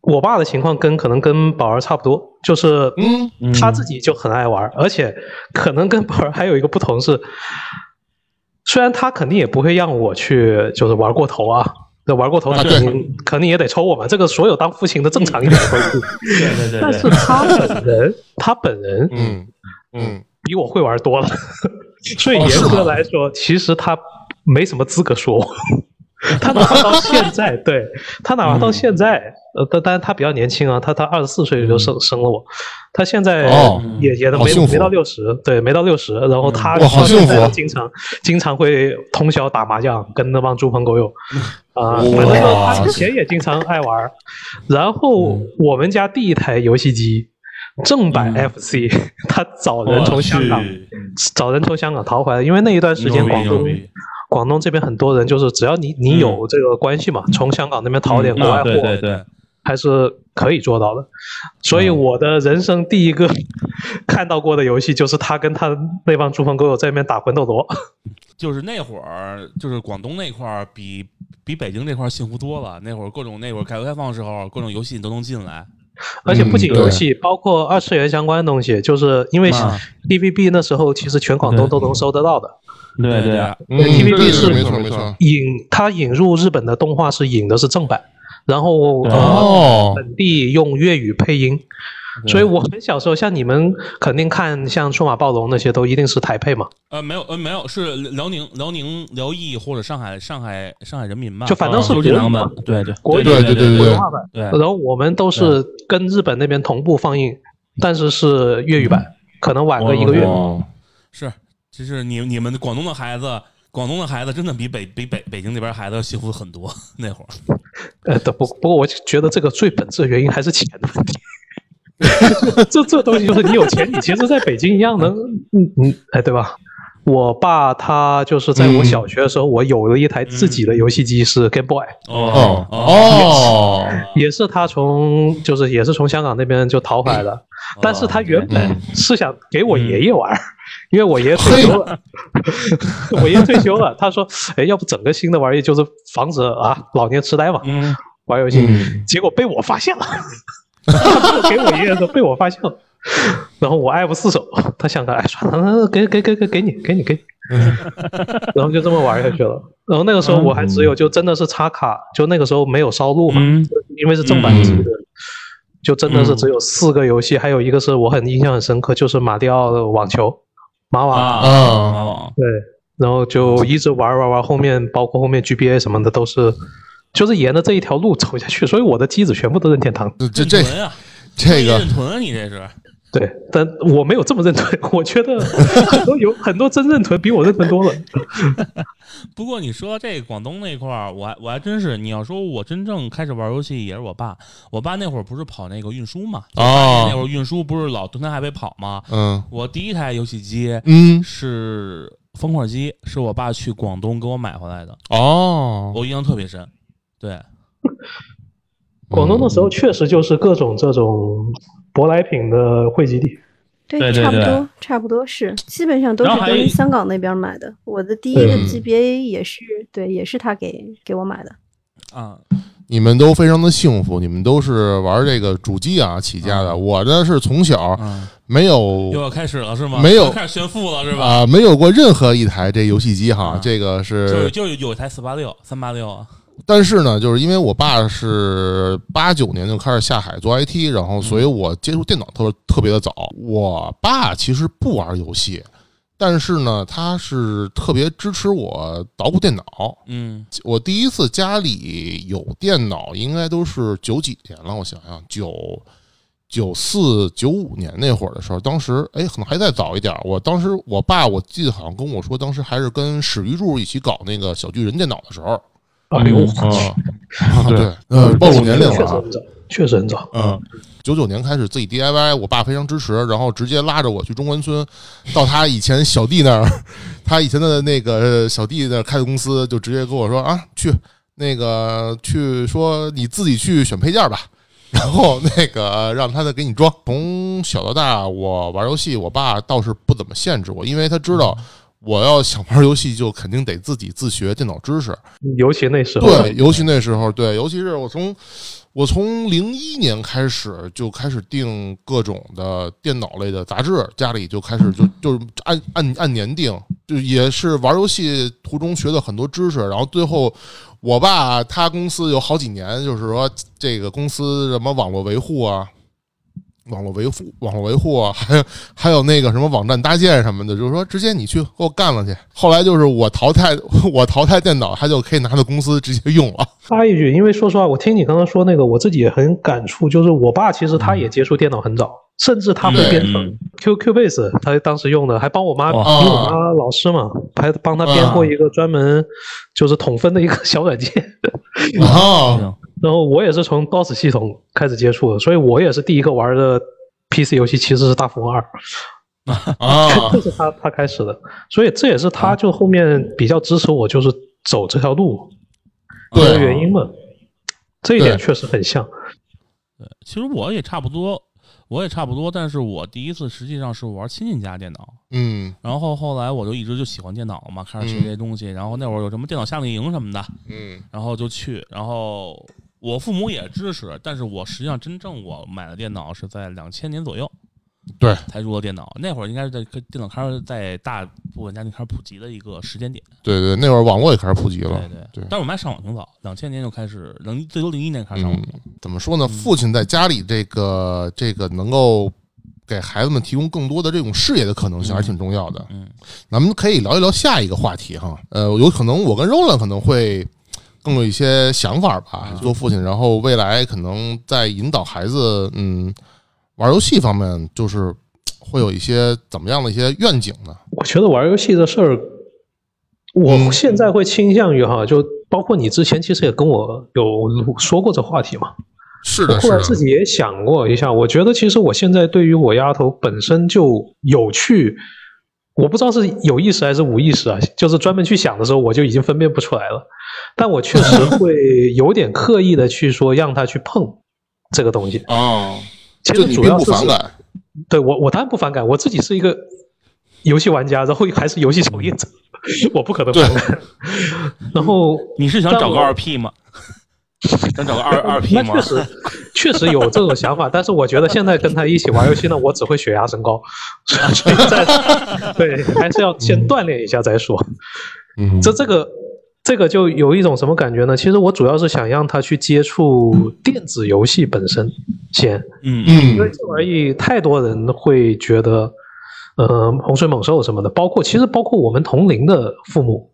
S5: 我爸的情况跟可能跟宝儿差不多，就是
S1: 嗯
S5: 他自己就很爱玩，而且可能跟宝儿还有一个不同是，虽然他肯定也不会让我去就是玩过头啊。那玩过头，他肯定肯定也得抽我嘛。这个所有当父亲的正常一点都是，
S4: 对对对
S5: 但是他本人，他本人
S1: 嗯嗯，
S5: 比我会玩多 了，所以
S1: 哦
S5: 严
S1: 是吗
S5: 格来说，其实他没什么资格说我。 他哪怕到现 在，对他哪怕到现在，呃，但但他比较年轻啊，他他二十四岁就生生了我，他现在
S1: 嗯哦
S5: 也也都
S1: 好
S5: 没
S1: 幸福嗯
S5: 没到六十，对，没到六十，然后他
S1: 哇好幸福啊
S5: 经常经常会通宵打麻将，跟那帮猪朋 狗友啊，反
S1: 哇
S5: 正就是他之前也经常爱玩儿，然后
S1: 嗯
S5: 我们家第一台游戏机正版 FC，他 找人从香港找人从香港逃回来，因为那一段时间广
S4: 牛
S5: 东
S4: 逼
S5: 广东这边很多人就是只要你你有这个关系嘛，从香港那边
S4: 嗯
S5: 淘点国
S4: 啊
S5: 外货，
S7: 嗯对对对，
S5: 还是可以做到的。所以我的人生第一个 看到过的游戏就是他跟他那帮猪朋狗友在那边打魂斗罗，
S4: 就是那会儿，就是广东那块儿比比北京这块儿幸福多了。那会儿各种那会儿改革开放的时候，各种游戏你都能进来。
S5: 而且不仅
S1: 嗯对
S5: 游戏，包括二次元相关的东西，就是因为
S7: 啊
S5: TVB 那时候其实全广东都能收得到的。
S7: 对
S4: 对
S7: 啊，
S1: 嗯，
S5: TVB
S1: 对对对
S5: 是
S1: 没错没错。
S5: 引他引入日本的动画是引的是正版，然后
S7: 对
S5: 呃
S1: 哦
S5: 本地用粤语配音，所以我很小时候，像你们肯定看像《数码暴龙》那些，都一定是台配嘛，
S4: 呃，没有，呃，没有，是辽宁、辽宁、辽艺或者上海、上海、上海人民吧，
S5: 就反正是
S4: 啊就这两个
S5: 国语
S4: 版，对对，
S5: 国语
S4: 对对
S1: 对对
S5: 文
S4: 对
S5: 化版。
S4: 对，
S5: 然后我们都是跟日本那边同步放映，但是是粤语版，可能晚个一个月。
S7: 哦
S4: 是，就是你你们广东的孩子，广东的孩子真的比北比北北京那边孩子幸福很多。 那会儿，
S5: 呃，对不不过我觉得这个最本质的原因还是钱的问题。 这这东西就是你有钱，你其实在北京一样能，嗯嗯，哎，对吧？我爸他就是在我小学的时候，我有了一台自己的游戏机，是 Game Boy，、
S1: 哦
S4: 哦
S1: 哦，
S5: 也是他从就是也是从香港那边就淘回来的，
S4: 嗯
S5: 但是他
S4: 哦
S5: 原本是想给我爷爷玩儿，因为我爷爷退休 了， 我爷爷退休了，他说，哎，要不整个新的玩意，就是防止啊老年痴呆嘛，
S4: 嗯，
S5: 玩游戏，结果被我发现 了，给我爷爷的被我发现了，然后我爱不释手，他想着哎算了，那给给给给给你给你给你，
S4: 嗯
S5: 然后就这么玩下去了。然后那个时候我还只有就真的是插卡，就那个时候没有烧录嘛，
S4: 嗯
S5: 因为是正版机的，就真的是只有四个游戏，还有一个是我很印象很深刻，就是马里奥的网球，马网、
S4: 啊
S1: 啊，
S5: 对，然后就一直玩玩玩，后面包括后面 GBA 什么的都是，就是沿着这一条路走下去，所以我的机子全部都任天堂。
S1: 这这这
S4: 啊，
S1: 这个
S4: 认屯啊，你这是
S5: 对，但我没有这么认屯，我觉得 很多有很多真认屯比我认屯多了。
S4: 不过你说这广东那块儿，我还我还真是，你要说我真正开始玩游戏也是我爸，我爸那会儿不是跑那个运输嘛，那
S1: 哦，
S4: 会儿运输不是老屯台海北跑吗？
S1: 嗯
S4: 我第一台游戏机
S1: 嗯，
S4: 是方块机，是我爸去广东给我买回来的，
S1: 哦，
S4: 我印象特别深。对，
S5: 广东那时候确实就是各种这种舶来品的汇集地。
S6: 对，
S4: 对对
S6: 差不
S4: 对
S6: 多，差不多是，基本上都
S4: 然
S6: 是
S4: 后还有
S6: 跟
S4: 一
S6: 香港那边买的。我的第一个
S1: 嗯
S6: GBA 也是，对，也是他给给我买的。
S4: 啊，
S1: 你们都非常的幸福，你们都是玩这个主机啊起家的，我呢是从小
S4: 嗯，
S5: 啊
S1: 没有
S4: 又要开始了是吗？
S1: 哦没有
S4: 又开始炫富了是吧？
S1: 啊，没有过任何一台这游戏机哈
S4: 啊，
S1: 这个，
S4: 就是就是有一台四八六、三八六，啊
S1: 但是呢，就是因为我爸是八九年就开始下海做 IT，然
S4: 嗯
S1: 后所以我接触电脑特特别的早。我爸其实不玩游戏，但是呢，他是特别支持我捣鼓电脑。
S4: 嗯
S1: 我第一次家里有电脑，应该都是九几年了，我想想，九九四九五年那会儿的时候，当时哎，可能还再早一点儿。我当时我爸，我记得好像跟我说，当时还是跟史玉柱一起搞那个小巨人电脑的时 候。
S7: 哦
S5: 哎
S7: 嗯
S5: 呦，
S1: 啊，啊对，呃，暴露年龄
S5: 确实
S1: 了啊。
S5: 很早，确实很早。
S1: 嗯，九九年开始自己 DIY，我爸非常支持，然后直接拉着我去中关村，到他以前小弟那儿， 他以前的那个小弟那儿开的公司，就直接跟我说啊，去那个去说你自己去选配件吧， 然后那个让他再给你装。从小到大，我玩游戏，我爸倒是不怎么限制我，因为他知道我要想玩游戏，就肯定得自己自学电脑知识。
S5: 尤其那时候，
S1: 对，尤其那时候，对，尤其是我从我从零一年开始就开始订各种的电脑类的杂志，家里就开始就就是按按按年订，就也是玩游戏途中学的很多知识，然后最后。我爸他公司有好几年，就是说这个公司什么网络维护啊，网络维护、网络维护啊， 还有还有那个什么网站搭建什么的，就是说直接你去给我干了去。后来就是我淘汰 我淘汰电脑，他就可以拿到公司直接用了。
S5: 插一句，因为说实话，我听你刚刚说那个，我自己也很感触。就是我爸其实他也接触电脑很早，甚至他会
S1: 对
S5: 编程，QQ Base 他当时用的，还帮我妈，
S4: 哇
S5: 因为我妈老师嘛，还帮他编过一个专门就是统分的一个小软件。
S1: 哦，
S4: 行
S5: 然后我也是从 DOS 系统开始接触的，所以我也是第一个玩的 PC 游戏其实是大富翁二。
S1: 啊
S4: 哦
S5: 这是他他开始的，所以这也是他就后面比较支持我，就是走这条路
S1: 对
S5: 的原因嘛。这一点
S1: 对
S5: 确实很像，
S4: 其实我也差不多，我也差不多，但是我第一次实际上是玩亲戚家电脑，
S1: 嗯
S4: 然后后来我就一直就喜欢电脑了嘛，开始学这些东西，然后那会儿有什么电脑夏令营什么的，
S1: 嗯
S4: 然后就去，然后我父母也支持，但是我实际上真正我买的电脑是在两千年左右，
S1: 对，
S4: 才入的电脑，那会儿应该是在电脑开始在大不管家庭开始普及的一个时间点。
S1: 对对，那会儿网络也开始普及了。
S4: 对对
S1: 对
S4: 但是我们还上网挺早，两千年就开始，零最多零一年开始上网
S1: 嗯。，怎么说呢？父亲在家里这个这个能够给孩子们提供更多的这种视野的可能性，还是挺重要的。
S4: 嗯，
S1: 咱们可以聊一聊下一个话题哈。呃，有可能我跟 Roland 可能会更有一些想法
S4: 啊
S1: 吧，做父亲，然后未来可能在引导孩子，嗯，玩游戏方面，就是会有一些怎么样的一些愿景呢？
S5: 我觉得玩游戏这事儿，我
S1: 嗯
S5: 现在会倾向于哈，就包括你之前其实也跟我有说过这话题嘛。
S1: 是
S5: 我后来自己也想过一下，我觉得其实我现在对于我丫头本身就有去，我不知道是有意识还是无意识啊，就是专门去想的时候，我就已经分辨不出来了。但我确实会有点刻意的去说让她去碰这个东西。
S1: 哦，
S5: 其
S1: 就
S5: 实
S1: 你
S5: 主
S1: 并
S5: 要
S1: 不
S5: 是
S1: 反感，
S5: 对我，我当然不反感，我自己是一个游戏玩家，然后还是游戏从业者，我不可能反感。然后
S4: 你是想
S5: 但
S4: 找个
S5: 我
S4: 二 P 吗？ 想找个二二 P
S5: 那
S4: 吗
S5: 确？实确实有这种想法，但是我觉得现在跟他一起玩游戏呢，我只会血压升高， 所以在对还是要先锻炼一下再说。
S1: 嗯，
S5: 这这个这个就有一种什么感觉呢？其实我主要是想让他去接触电子游戏本身先，
S4: 嗯
S1: 嗯
S5: 因为这玩意太多人会觉得，呃，洪水猛兽什么的，包括其实包括我们同龄的父母，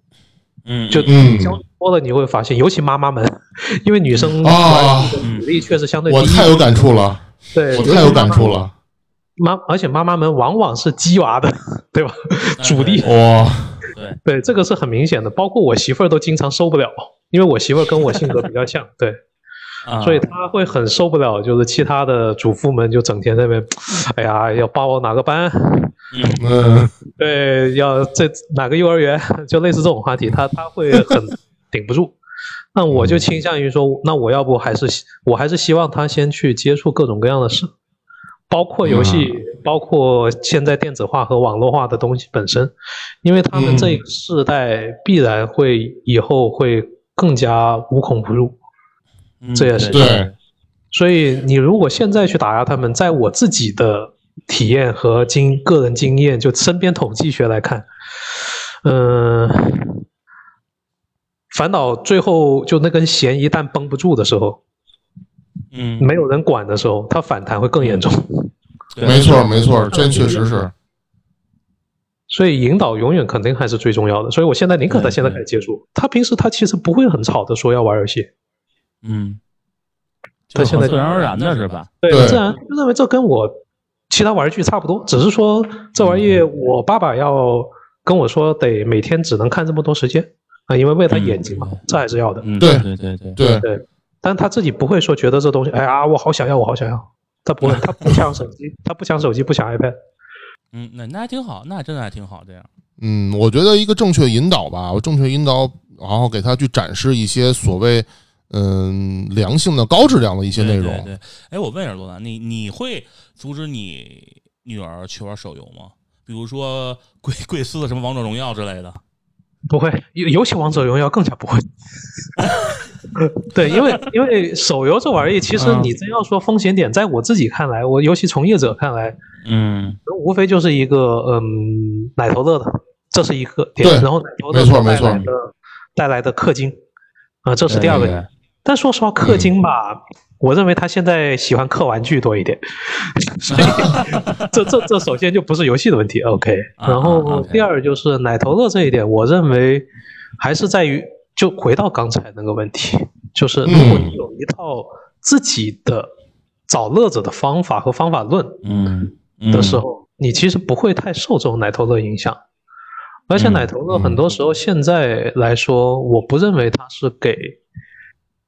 S4: 嗯，
S5: 就
S1: 嗯
S5: 相多了你会发现，尤其妈妈们， 因为女生
S1: 啊
S5: 玩游戏的比例确实相对低，
S1: 我太有感触了，
S5: 对，
S1: 我
S5: 尤其
S1: 太有感
S5: 妈妈
S1: 触了，
S5: 妈，而且妈妈们往往是鸡娃的， 对吧？
S4: 嗯
S5: 主力，
S1: 哇、
S5: 对，这个是很明显的。包括我媳妇儿都经常受不了，因为我媳妇儿跟我性格比较像，对，
S4: 啊
S5: 所以她会很受不了，就是其他的主妇们就整天在那边，哎呀，要报哪个班，
S4: 嗯
S1: 嗯，
S5: 对，要这哪个幼儿园， 就类似这种话题，她她会很顶不住。那我就倾向于说，那我要不还是我还是希望她先去接触各种各样的事，包括游戏，包括现在电子化和网络化的东西本身，因为他们这个世代必然会以后会更加无孔不入，
S4: 嗯
S5: 这也是
S1: 对，
S5: 所以你如果现在去打压他们，在我自己的体验和经个人经验，就身边统计学来看，嗯、反倒最后就那根弦一旦绷不住的时候，
S4: 嗯
S5: 没有人管的时候，它反弹会更严重。
S4: 对
S1: 没错没错，真确实是，
S5: 所以引导永远肯定还是最重要的。所以我现在宁可他
S4: 对
S5: 现在
S4: 对
S5: 开始接触，他平时他其实不会很吵的说要玩游戏，
S4: 嗯，
S5: 他
S4: 就是
S5: 现
S4: 很
S5: 在
S4: 自然而然的是吧？
S5: 对，
S1: 对
S5: 我自然啊就认为这跟我其他玩具差不多，只是说这玩意
S1: 嗯
S5: 我爸爸要跟我说得每天只能看这么多时间啊、因为为他眼睛嘛，这还是要的。
S4: 嗯，
S1: 对
S4: 对对对，
S1: 嗯对，
S5: 但他自己不会说觉得这东西，哎呀，我好想要，我好想要。他不会，他不抢手机，他不抢手机，不抢 iPad。
S4: 嗯，那那还挺好，那真的还挺好，这样。
S1: 嗯，我觉得一个正确引导吧，我正确引导，然后给他去展示一些所谓嗯良性的、高质量的一些内容。
S4: 对对对，哎，我问一下罗兰，你你会阻止你女儿去玩手游吗？比如说 贵贵司的什么王者荣耀之类的，
S5: 不会，尤尤其王者荣耀更加不会。 对，因为因为手游这玩意，其
S1: 嗯
S5: 实你真要说风险点，在我自己看来，我尤其从业者看来，
S4: 嗯
S5: 无非就是一个嗯奶头乐的，这是一个点
S1: 对，
S5: 然后奶头乐
S1: 没错
S5: 所带
S1: 没错哎
S5: 来的带来的氪金啊、这是第二个
S4: 对对
S5: 点。但说实话，氪金吧，我认为他现在喜欢氪玩具多一点， 所以这这这首先就不是游戏的问题，OK。
S4: 啊
S5: 然
S4: 啊
S5: 后
S4: ，OK
S5: 第二就是奶头乐这一点，我认为还是在于就回到刚才那个问题，就是如
S1: 嗯
S5: 果你有一套自己的找乐子的方法和方法论，
S4: 嗯
S5: 的时，候，你其实不会太受这种奶头乐影响。而且奶头乐很多时候现在来说，我不认为它是给，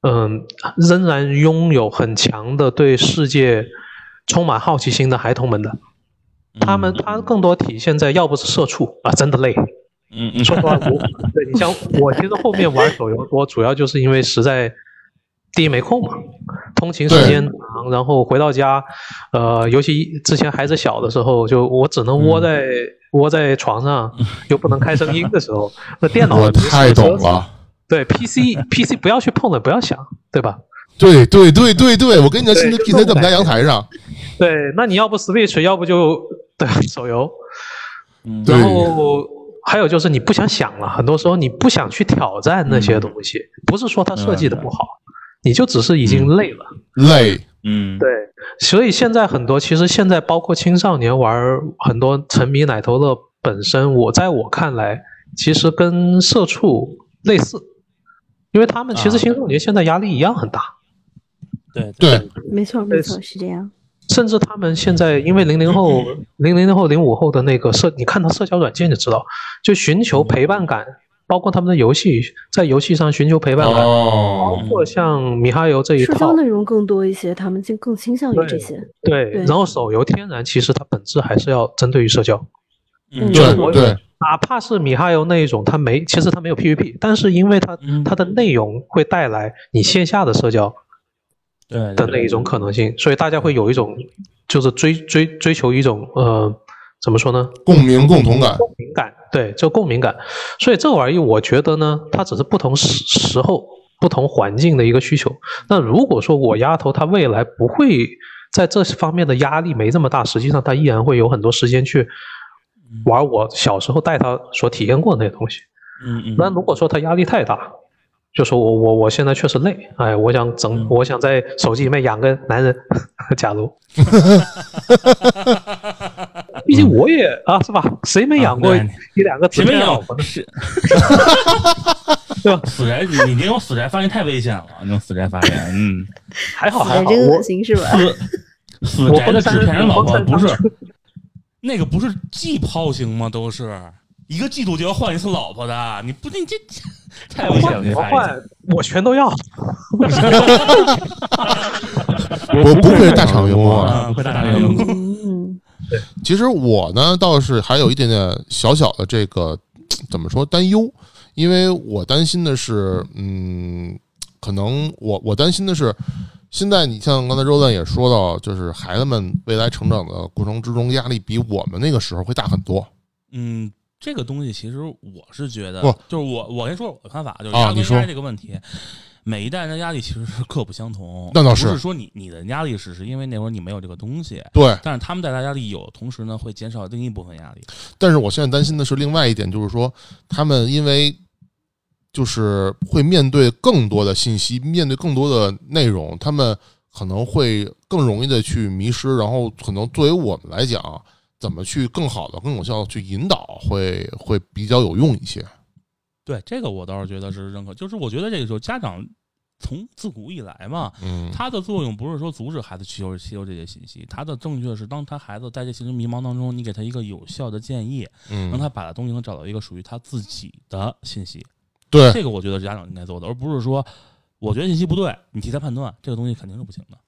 S5: 嗯，仍然拥有很强的对世界充满好奇心的孩童们的。他们他更多体现在要不是社畜啊，真的累。
S4: 嗯嗯
S5: 说实话，我对你像我其实后面玩手游多，主要就是因为实在第一没空嘛，通勤时间长，然后回到家，呃，尤其之前孩子小的时候，就我只能
S1: 嗯
S5: 窝在、窝在 床上，又不能开声音的时候，那电脑
S1: 我太懂。
S5: 比如说
S1: 了。
S5: 对 PC PC 不要去碰了，不要想，对吧？
S1: 对对对对对，我跟你讲，现在
S5: 对
S1: P
S5: 就
S1: C
S5: 是
S1: 在我们家阳台上，
S5: 对，那你要不 Switch，要不就对手游，
S4: 嗯
S1: 对
S5: 然后还有就是你不想想了，很多时候你不想去挑战那些东西，不是说它设计的不好，你就只是已经累了。
S1: 累，
S7: 嗯，
S5: 对，所以现在很多，其实现在包括青少年玩儿很多沉迷奶头乐，本身我在我看来，其实跟社畜类似，因为他们其实
S4: 啊
S5: 青少年现在压力一样很大，
S4: 对嗯
S1: 对，
S6: 没错没错，是这样。
S5: 甚至他们现在因为零零后、零零后、零五后的那个社，你看他社交软件就知道，就寻求陪伴感，包括他们的游戏，在游戏上寻求陪伴感，包
S1: 哦，
S5: 括像米哈游这一
S6: 社交
S5: 套，
S6: 内容更多一些，他们就更倾向于这些。
S5: 对，
S6: 对
S5: 然后手游天然其实它本质还是要针对于社交。
S4: 嗯
S5: 就是
S1: 对
S5: 我
S1: 对，
S5: 哪怕是米哈游那一种，它没，其实它没有 PVP，但是因为它
S4: 嗯
S5: 它的内容会带来你线下的社交
S4: 对
S5: 的那一种可能性，所以大家会有一种就是追追追求一种呃怎么说呢
S1: 共鸣共同感，
S5: 共鸣感，对，就共鸣感。所以这玩意我觉得呢，它只是不同时时候、不同环境的一个需求。那如果说我丫头她未来不会在这方面的压力没这么大，实际上她依然会有很多时间去玩我小时候带她所体验过的那些东西。
S4: 嗯嗯，
S5: 那如果说他压力太大，就说我我我现在确实累，哎，我想整，我想在手机里面养个男人， 假如，毕竟我也啊是吧，谁没养过
S4: 啊对
S5: 一两个直
S4: 前面
S5: 面老
S4: 有
S5: 婆呢？
S7: 是
S5: 对吧？
S4: 死宅，你你那种死宅发言太危险了，那种死宅发言，嗯，
S5: 还好还
S6: 哎，
S5: 好，
S6: 这个
S5: 我
S6: 恶心是吧？
S4: 死死
S5: 我
S4: 宅
S5: 活
S4: 的
S5: 在
S4: 纸
S5: 山上
S4: 片人老婆
S5: 我活在
S4: 不是
S5: 山
S4: 那个不是季抛型吗？都是一个季度就要换一次老婆的，你不你这这 太危险了，
S5: 换
S4: 这
S5: 我
S4: 发言
S5: 换我全都要，
S1: 我不愧是大厂员工啊。
S4: 啊，快打打零工，
S6: 嗯，
S1: 其实我呢倒是还有一点点小小的这个怎么说担忧，因为我担心的是，嗯，可能我我担心的是，现在你像刚才周蛋也说到，就是孩子们未来成长的过程之中，压力比我们那个时候会大很多
S4: 嗯。这个东西其实我是觉得
S1: 不，
S4: 就是我我先说我的看法，就是
S1: 啊
S4: 压
S1: 你
S4: 力
S1: 说
S4: 压力这个问题，每一代人的压力其实是各不相同。
S1: 那倒是
S4: 不是说你你的压力只是因为那会儿你没有这个东西，
S1: 对，
S4: 但是他们带来压力有，同时呢会减少另一部分压力。
S1: 但是我现在担心的是另外一点，就是说他们因为就是会面对更多的信息，面对更多的内容，他们可能会更容易的去迷失。然后，可能作为我们来讲，怎么去更好的、更有效的去引导，会会比较有用一些。
S4: 对这个我倒是觉得是认可，就是我觉得这个时候家长从自古以来嘛，
S1: 嗯，
S4: 它的作用不是说阻止孩子吸收吸收这些信息，它的正确是当他孩子在这信息迷茫当中，你给他一个有效的建议，让
S1: 嗯，
S4: 他把东西能找到一个属于他自己的信息。
S1: 对，
S4: 这个我觉得是家长应该做的，而不是说我觉得信息不对，你替他判断，这个东西肯定是不行的。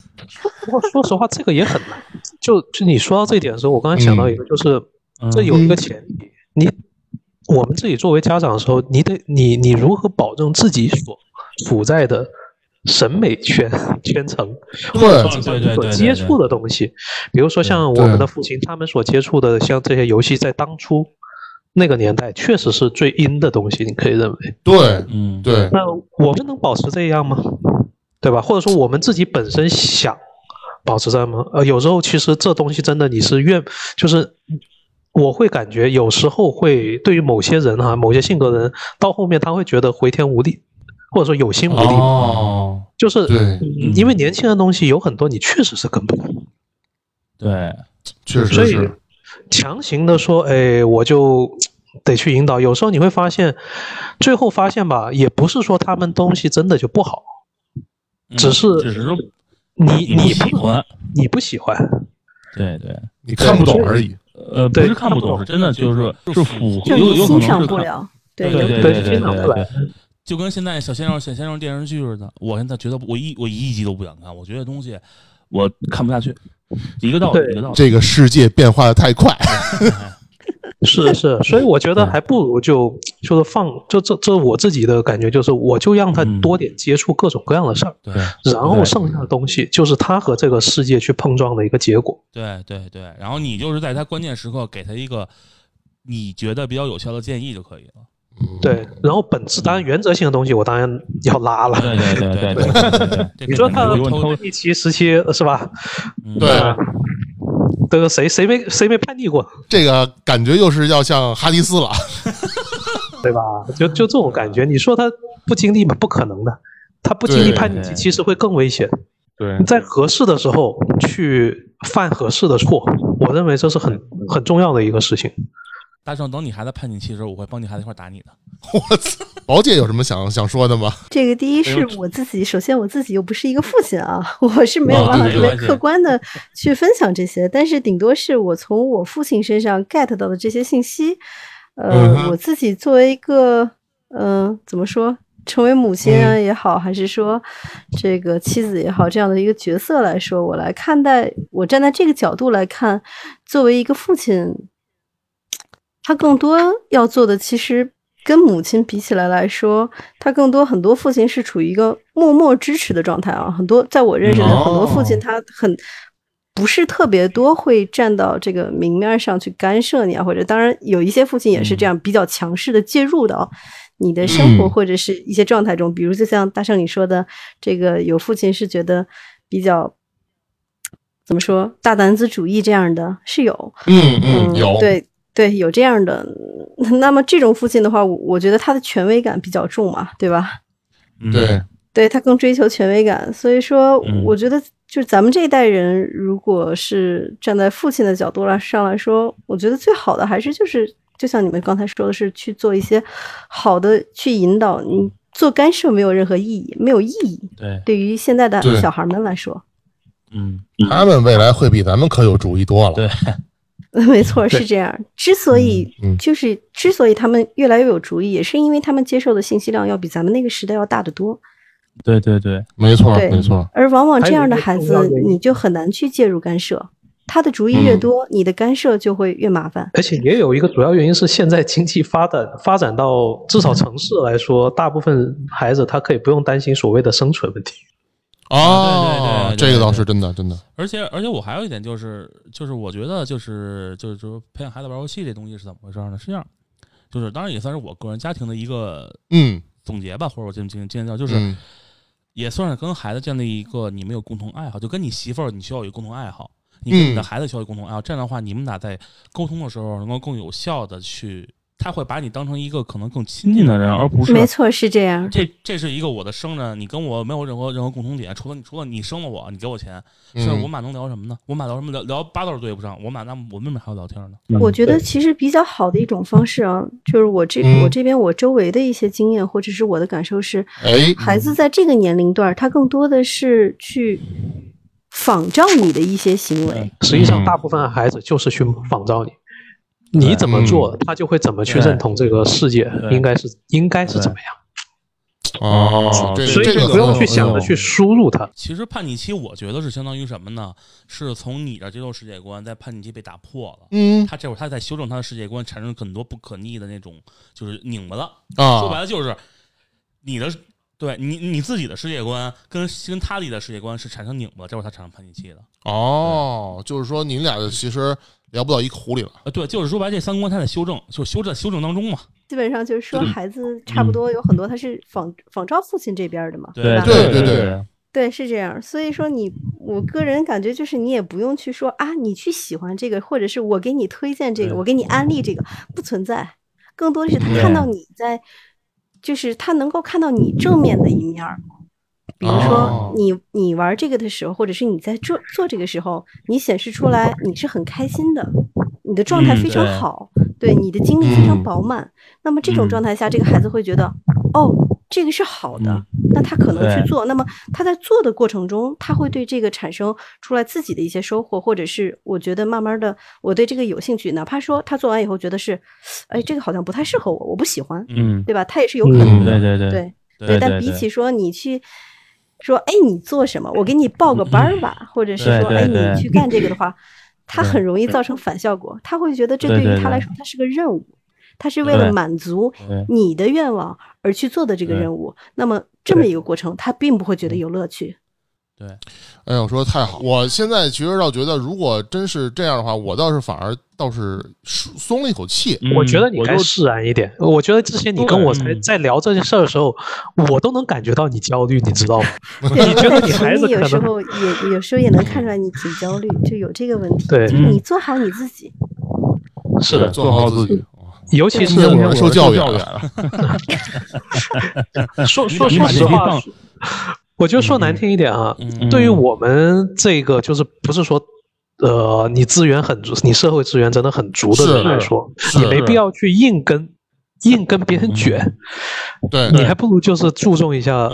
S5: 不过说实话，这个也很难。就就你说到这一点的时候，我刚才想到一个，就是、
S4: 嗯
S5: 这有一个前提，你我们自己作为家长的时候，你得你你如何保证自己所处在的审美圈圈层，或者
S1: 对
S5: 说
S4: 嗯对
S5: 是
S4: 对
S5: 所
S4: 对对
S5: 接触的东西，比如说像
S1: 对
S5: 我们的父亲他们所接触的，像这些游戏，在当初那个年代确实是最阴的东西，你可以认为。
S1: 对，
S4: 嗯，
S1: 对，
S5: 那我们能保持这样吗？对吧？或者说我们自己本身想保持这样吗？呃，有时候其实这东西真的你是愿，就是我会感觉有时候会对于某些人哈、某些性格的人，到后面他会觉得回天无力，或者说有心无力，
S1: 哦，
S5: 就是
S1: 对
S5: 嗯因为年轻的东西有很多你确实是跟不上。
S4: 对，
S1: 确
S5: 所
S1: 实
S5: 以
S1: 是，
S5: 强行的说，哎，我就得去引导。有时候你会发现，最后发现吧，也不是说他们东西真的就不好，
S4: 嗯
S5: 只是
S4: 只是说
S5: 你
S4: 不
S5: 你
S4: 喜欢，
S5: 你不喜欢，
S4: 对对。
S1: 你看不懂而已。
S4: 呃，不
S5: 对
S4: 是看不懂，是真的就是是符合，
S6: 就
S4: 有
S6: 你
S4: 有可
S6: 欣
S4: 能
S6: 赏
S4: 是
S6: 不
S4: 看
S6: 了，
S4: 对
S6: 有
S4: 对
S5: 对
S4: 对
S5: 欣赏不来。
S4: 就跟现在小鲜肉、小鲜肉电视剧似的，我现在觉得我一我一集都不想看，我觉得东西我看不下去，一个道理
S5: 对
S4: 一个道理。
S1: 这个世界变化的太快，
S5: 是是，所以我觉
S4: 嗯
S5: 得还不如就就是放，就这这我自己的感觉就是，我就让他
S4: 嗯
S5: 多点接触各种各样的事儿，
S4: 对
S5: 然后
S4: 对
S5: 剩下的东西就是他和这个世界去碰撞的一个结果。
S4: 对对对，然后你就是在他关键时刻给他一个你觉得比较有效的建议就可以了。
S5: 对，然后本质当然原则性的东西我当然要拉了。
S7: 对对对对对对对，
S4: 这
S5: 你说
S4: 肯
S5: 他
S4: 定
S7: 看
S4: 不
S7: 如
S4: 会
S7: 果
S4: 抽
S1: 啊
S5: 一期、十期是吧？
S4: 嗯
S1: 对
S5: 呃这个谁谁没谁没叛逆过呢，
S1: 这个感觉又是要像哈迪斯了。
S5: 对吧？就就这种感觉，你说他不经历吗？不可能的，他不经历
S1: 对
S5: 叛逆期其实会更危险。
S4: 对
S5: 你在合适的时候去犯合适的错，我认为这是很很重要的一个事情。
S4: 大圣，等你孩子叛逆期的时候，我会帮你孩子一块儿打你的。
S1: 我操，宝姐有什么想想说的吗？
S6: 这个第一
S4: 没有
S6: 是我自己，首先我自己又不是一个父亲啊， 我是没有
S4: 啊
S6: 办法
S4: 对没
S6: 特别
S4: 关系
S6: 客观的去分享这些，但是顶多是我从我父亲身上 get 到的这些信息，
S1: 嗯
S6: 呃，
S1: 哼
S6: 我自己作为一个，嗯、怎么说，成为母亲
S4: 嗯
S6: 啊也好，还是说这个妻子也好，这样的一个角色来说，我来看待，我站在这个角度来看，作为一个父亲，他更多要做的，其实跟母亲比起来来说，他更多很多父亲是处于一个默默支持的状态啊。很多在我认识的很多父亲，他很不是特别多会站到这个明面上去干涉你啊，或者当然有一些父亲也是这样比较强势的介入的啊。你的生活
S1: 嗯
S6: 或者是一些状态中，比如就像大圣你说的，这个有父亲是觉得比较怎么说大男子主义这样的是有，
S1: 嗯嗯，有
S6: 对对，有这样的。那么这种父亲的话，我我觉得他的权威感比较重嘛，对吧？
S4: 嗯
S1: 对，
S6: 对他更追求权威感，所以说
S4: 嗯
S6: 我觉得就是咱们这一代人，如果是站在父亲的角度来上来说，我觉得最好的还是就是就像你们刚才说的是去做一些好的去引导你。做干涉没有任何意义，没有意义。
S4: 对，
S6: 对于现在的
S1: 对
S6: 小孩们来说，
S4: 嗯，
S1: 他们未来会比咱们可有主意多了。
S4: 对
S6: 没错，是这样。之所以、
S1: 嗯嗯
S6: 就是之所以他们越来越有主意，也是因为他们接受的信息量要比咱们那个时代要大得多。
S4: 对对对，
S1: 没错，
S6: 对
S1: 没错，
S6: 而往往这样的
S5: 还
S6: 孩
S5: 有一个重要
S6: 子
S5: 原，因
S6: 你就很难去介入干涉。他的主意越多，你的干涉就会越麻烦。
S5: 而且也有一个主要原因是，现在经济发展发展到至少城市来说，大部分孩子他可以不用担心所谓的生存问题。
S4: 啊对对对对
S1: 哦这个倒
S4: 对
S1: 是真的，真的，
S4: 而且而且我还有一点就是就是我觉得就是就是说培养孩子玩游戏这东西是怎么回事呢？是这样，就是当然也算是我个人家庭的一个
S1: 嗯，
S4: 总结吧，或者我今今天叫就是。
S1: 嗯
S4: 也算是跟孩子建立一个你们有共同爱好，就跟你媳妇儿你需要有共同爱好，你跟你的
S1: 嗯
S4: 孩子需要有共同爱好，这样的话你们俩在沟通的时候能够更有效的去，他会把你当成一个可能更亲近的人，而不是啊
S6: 没错，是这样。
S4: 这这是一个我的生人，你跟我没有任何任何共同点，除了你除了你生了我，你给我钱，是
S1: 嗯
S4: 我们俩能聊什么呢？我们俩聊什么？聊聊八道儿对不上，我们俩那我们俩还要聊天呢。
S6: 我觉得其实比较好的一种方式啊，就是我这
S1: 嗯
S6: 我这边我周围的一些经验或者是我的感受是，
S1: 哎，
S6: 孩子在这个年龄段儿，他更多的是去仿照你的一些行为。
S5: 实
S1: 嗯
S5: 际上，大部分孩子就是去仿照你，你怎么
S1: 嗯
S5: 做，他就会怎么去认同这个世界
S4: 对
S5: 应该是应该是怎么样。
S1: 哦，这
S5: 所以
S1: 这
S5: 就
S1: 个
S5: 不用去
S1: 很嗯
S5: 想着去输入它。
S4: 其实叛逆期，我觉得是相当于什么呢？是从你的接受世界观在叛逆期被打破了，
S1: 嗯
S4: 他这会儿他在修正他的世界观，产生很多不可逆的那种，就是拧巴了。说白
S1: 啊，
S4: 了就是你的对你你自己的世界观跟跟他自己的世界观是产生拧巴，这会儿他产生叛逆期的。
S1: 哦，就是说你俩其实聊不到一个壶里了。
S4: 呃，对，就是说白了这三观他在修正，就修正修正当中嘛。
S6: 基本上就是说，孩子差不多有很多他是仿仿照父亲这边儿的嘛，
S4: 对
S6: 吧？
S1: 对
S4: 对
S1: 对
S6: 对，是这样。所以说你，我个人感觉就是你也不用去说啊，你去喜欢这个，或者是我给你推荐这个，
S4: 对
S6: 我给你安利这个，不存在。更多的是他看到你在，就是他能够看到你正面的一面儿。比如
S1: 哦
S6: 说你，你玩这个的时候，或者是你在做做这个时候，你显示出来你是很开心的，你的状态
S4: 嗯
S6: 非常
S4: 对
S6: 好，对你的精力非常
S1: 嗯
S6: 饱满。那么这种
S4: 嗯
S6: 状态下，这个孩子会觉得，哦，这个是好的，
S4: 嗯
S6: 那他可能
S4: 对
S6: 去做。那么他在做的过程中，他会对这个产生出来自己的一些收获，或者是我觉得慢慢的，我对这个有兴趣，哪怕说他做完以后觉得是，哎，这个好像不太适合我，我不喜欢，
S4: 嗯，
S6: 对吧？他也是有可能的，
S4: 对对
S6: 对。
S4: 对
S6: 但比起说你去说，哎，你做什么？我给你报个班儿吧，或者是
S4: 嗯对
S6: 说，
S4: 对
S6: 哎，
S4: 对
S6: 你去干这个的话， 他
S4: 对
S6: 很容易造成反效果。他会觉得这
S4: 对
S6: 对于
S4: 对
S6: 他来
S4: 对
S6: 说，它是个任务，他是为了
S4: 对
S6: 满足
S4: 对
S6: 你的愿望而去做的这个
S5: 嗯
S4: 对
S6: 任务。那么这么一个过程，他并不会觉得有乐趣。
S4: 对，
S1: 哎呦，说的太好！我现在其实倒觉得，如果真是这样的话，我倒是反而倒是舒松了一口气。
S5: 我觉得你该
S4: 嗯就
S5: 释然一点。我觉得之前你跟我才
S4: 嗯
S5: 在聊这些事儿的时候，我都能感觉到你焦虑，你知 道吗？你觉得你孩子
S6: 你有
S5: 可
S6: 时
S5: 能
S6: 候也有时候也能看出来你挺焦虑，就有这个问题。
S5: 对嗯
S6: 就是你做好你自己，
S5: 是的，
S1: 做好自己。
S5: 尤其是
S1: 今天我们受教育
S7: 教育
S1: 了，
S5: 说
S4: 你
S5: 说
S4: 你
S5: 说
S4: 把
S5: 实
S4: 这地
S5: 话
S4: 方，
S5: 我觉得说难听一点啊，
S4: 嗯
S5: 对于我们这个就是不是说。呃，你资源很足，你社会资源真的很足的人
S1: 是
S5: 来说，
S1: 是嗯
S5: 你没必要去硬跟硬跟别人卷，
S1: 对，
S5: 你还不如就是注重一下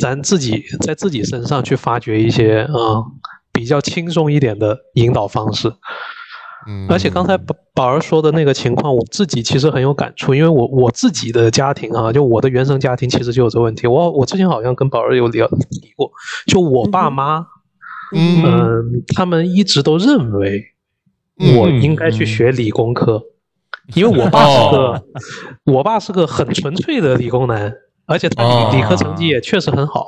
S5: 咱自己在自己身上去发掘一些啊、呃比较轻松一点的引导方式。
S1: 嗯
S5: 而且刚才宝宝儿说的那个情况，我自己其实很有感触，因为我我自己的家庭啊，就我的原生家庭其实就有这个问题。我我之前好像跟宝儿有聊提过，就我爸妈，嗯、
S1: 嗯
S5: 他们一直都认为
S1: 嗯
S5: 我应该去学理工科，因为我爸是个、我爸是个很纯粹的理工男，而且他
S1: 哦
S5: 理理科成绩也确实很好。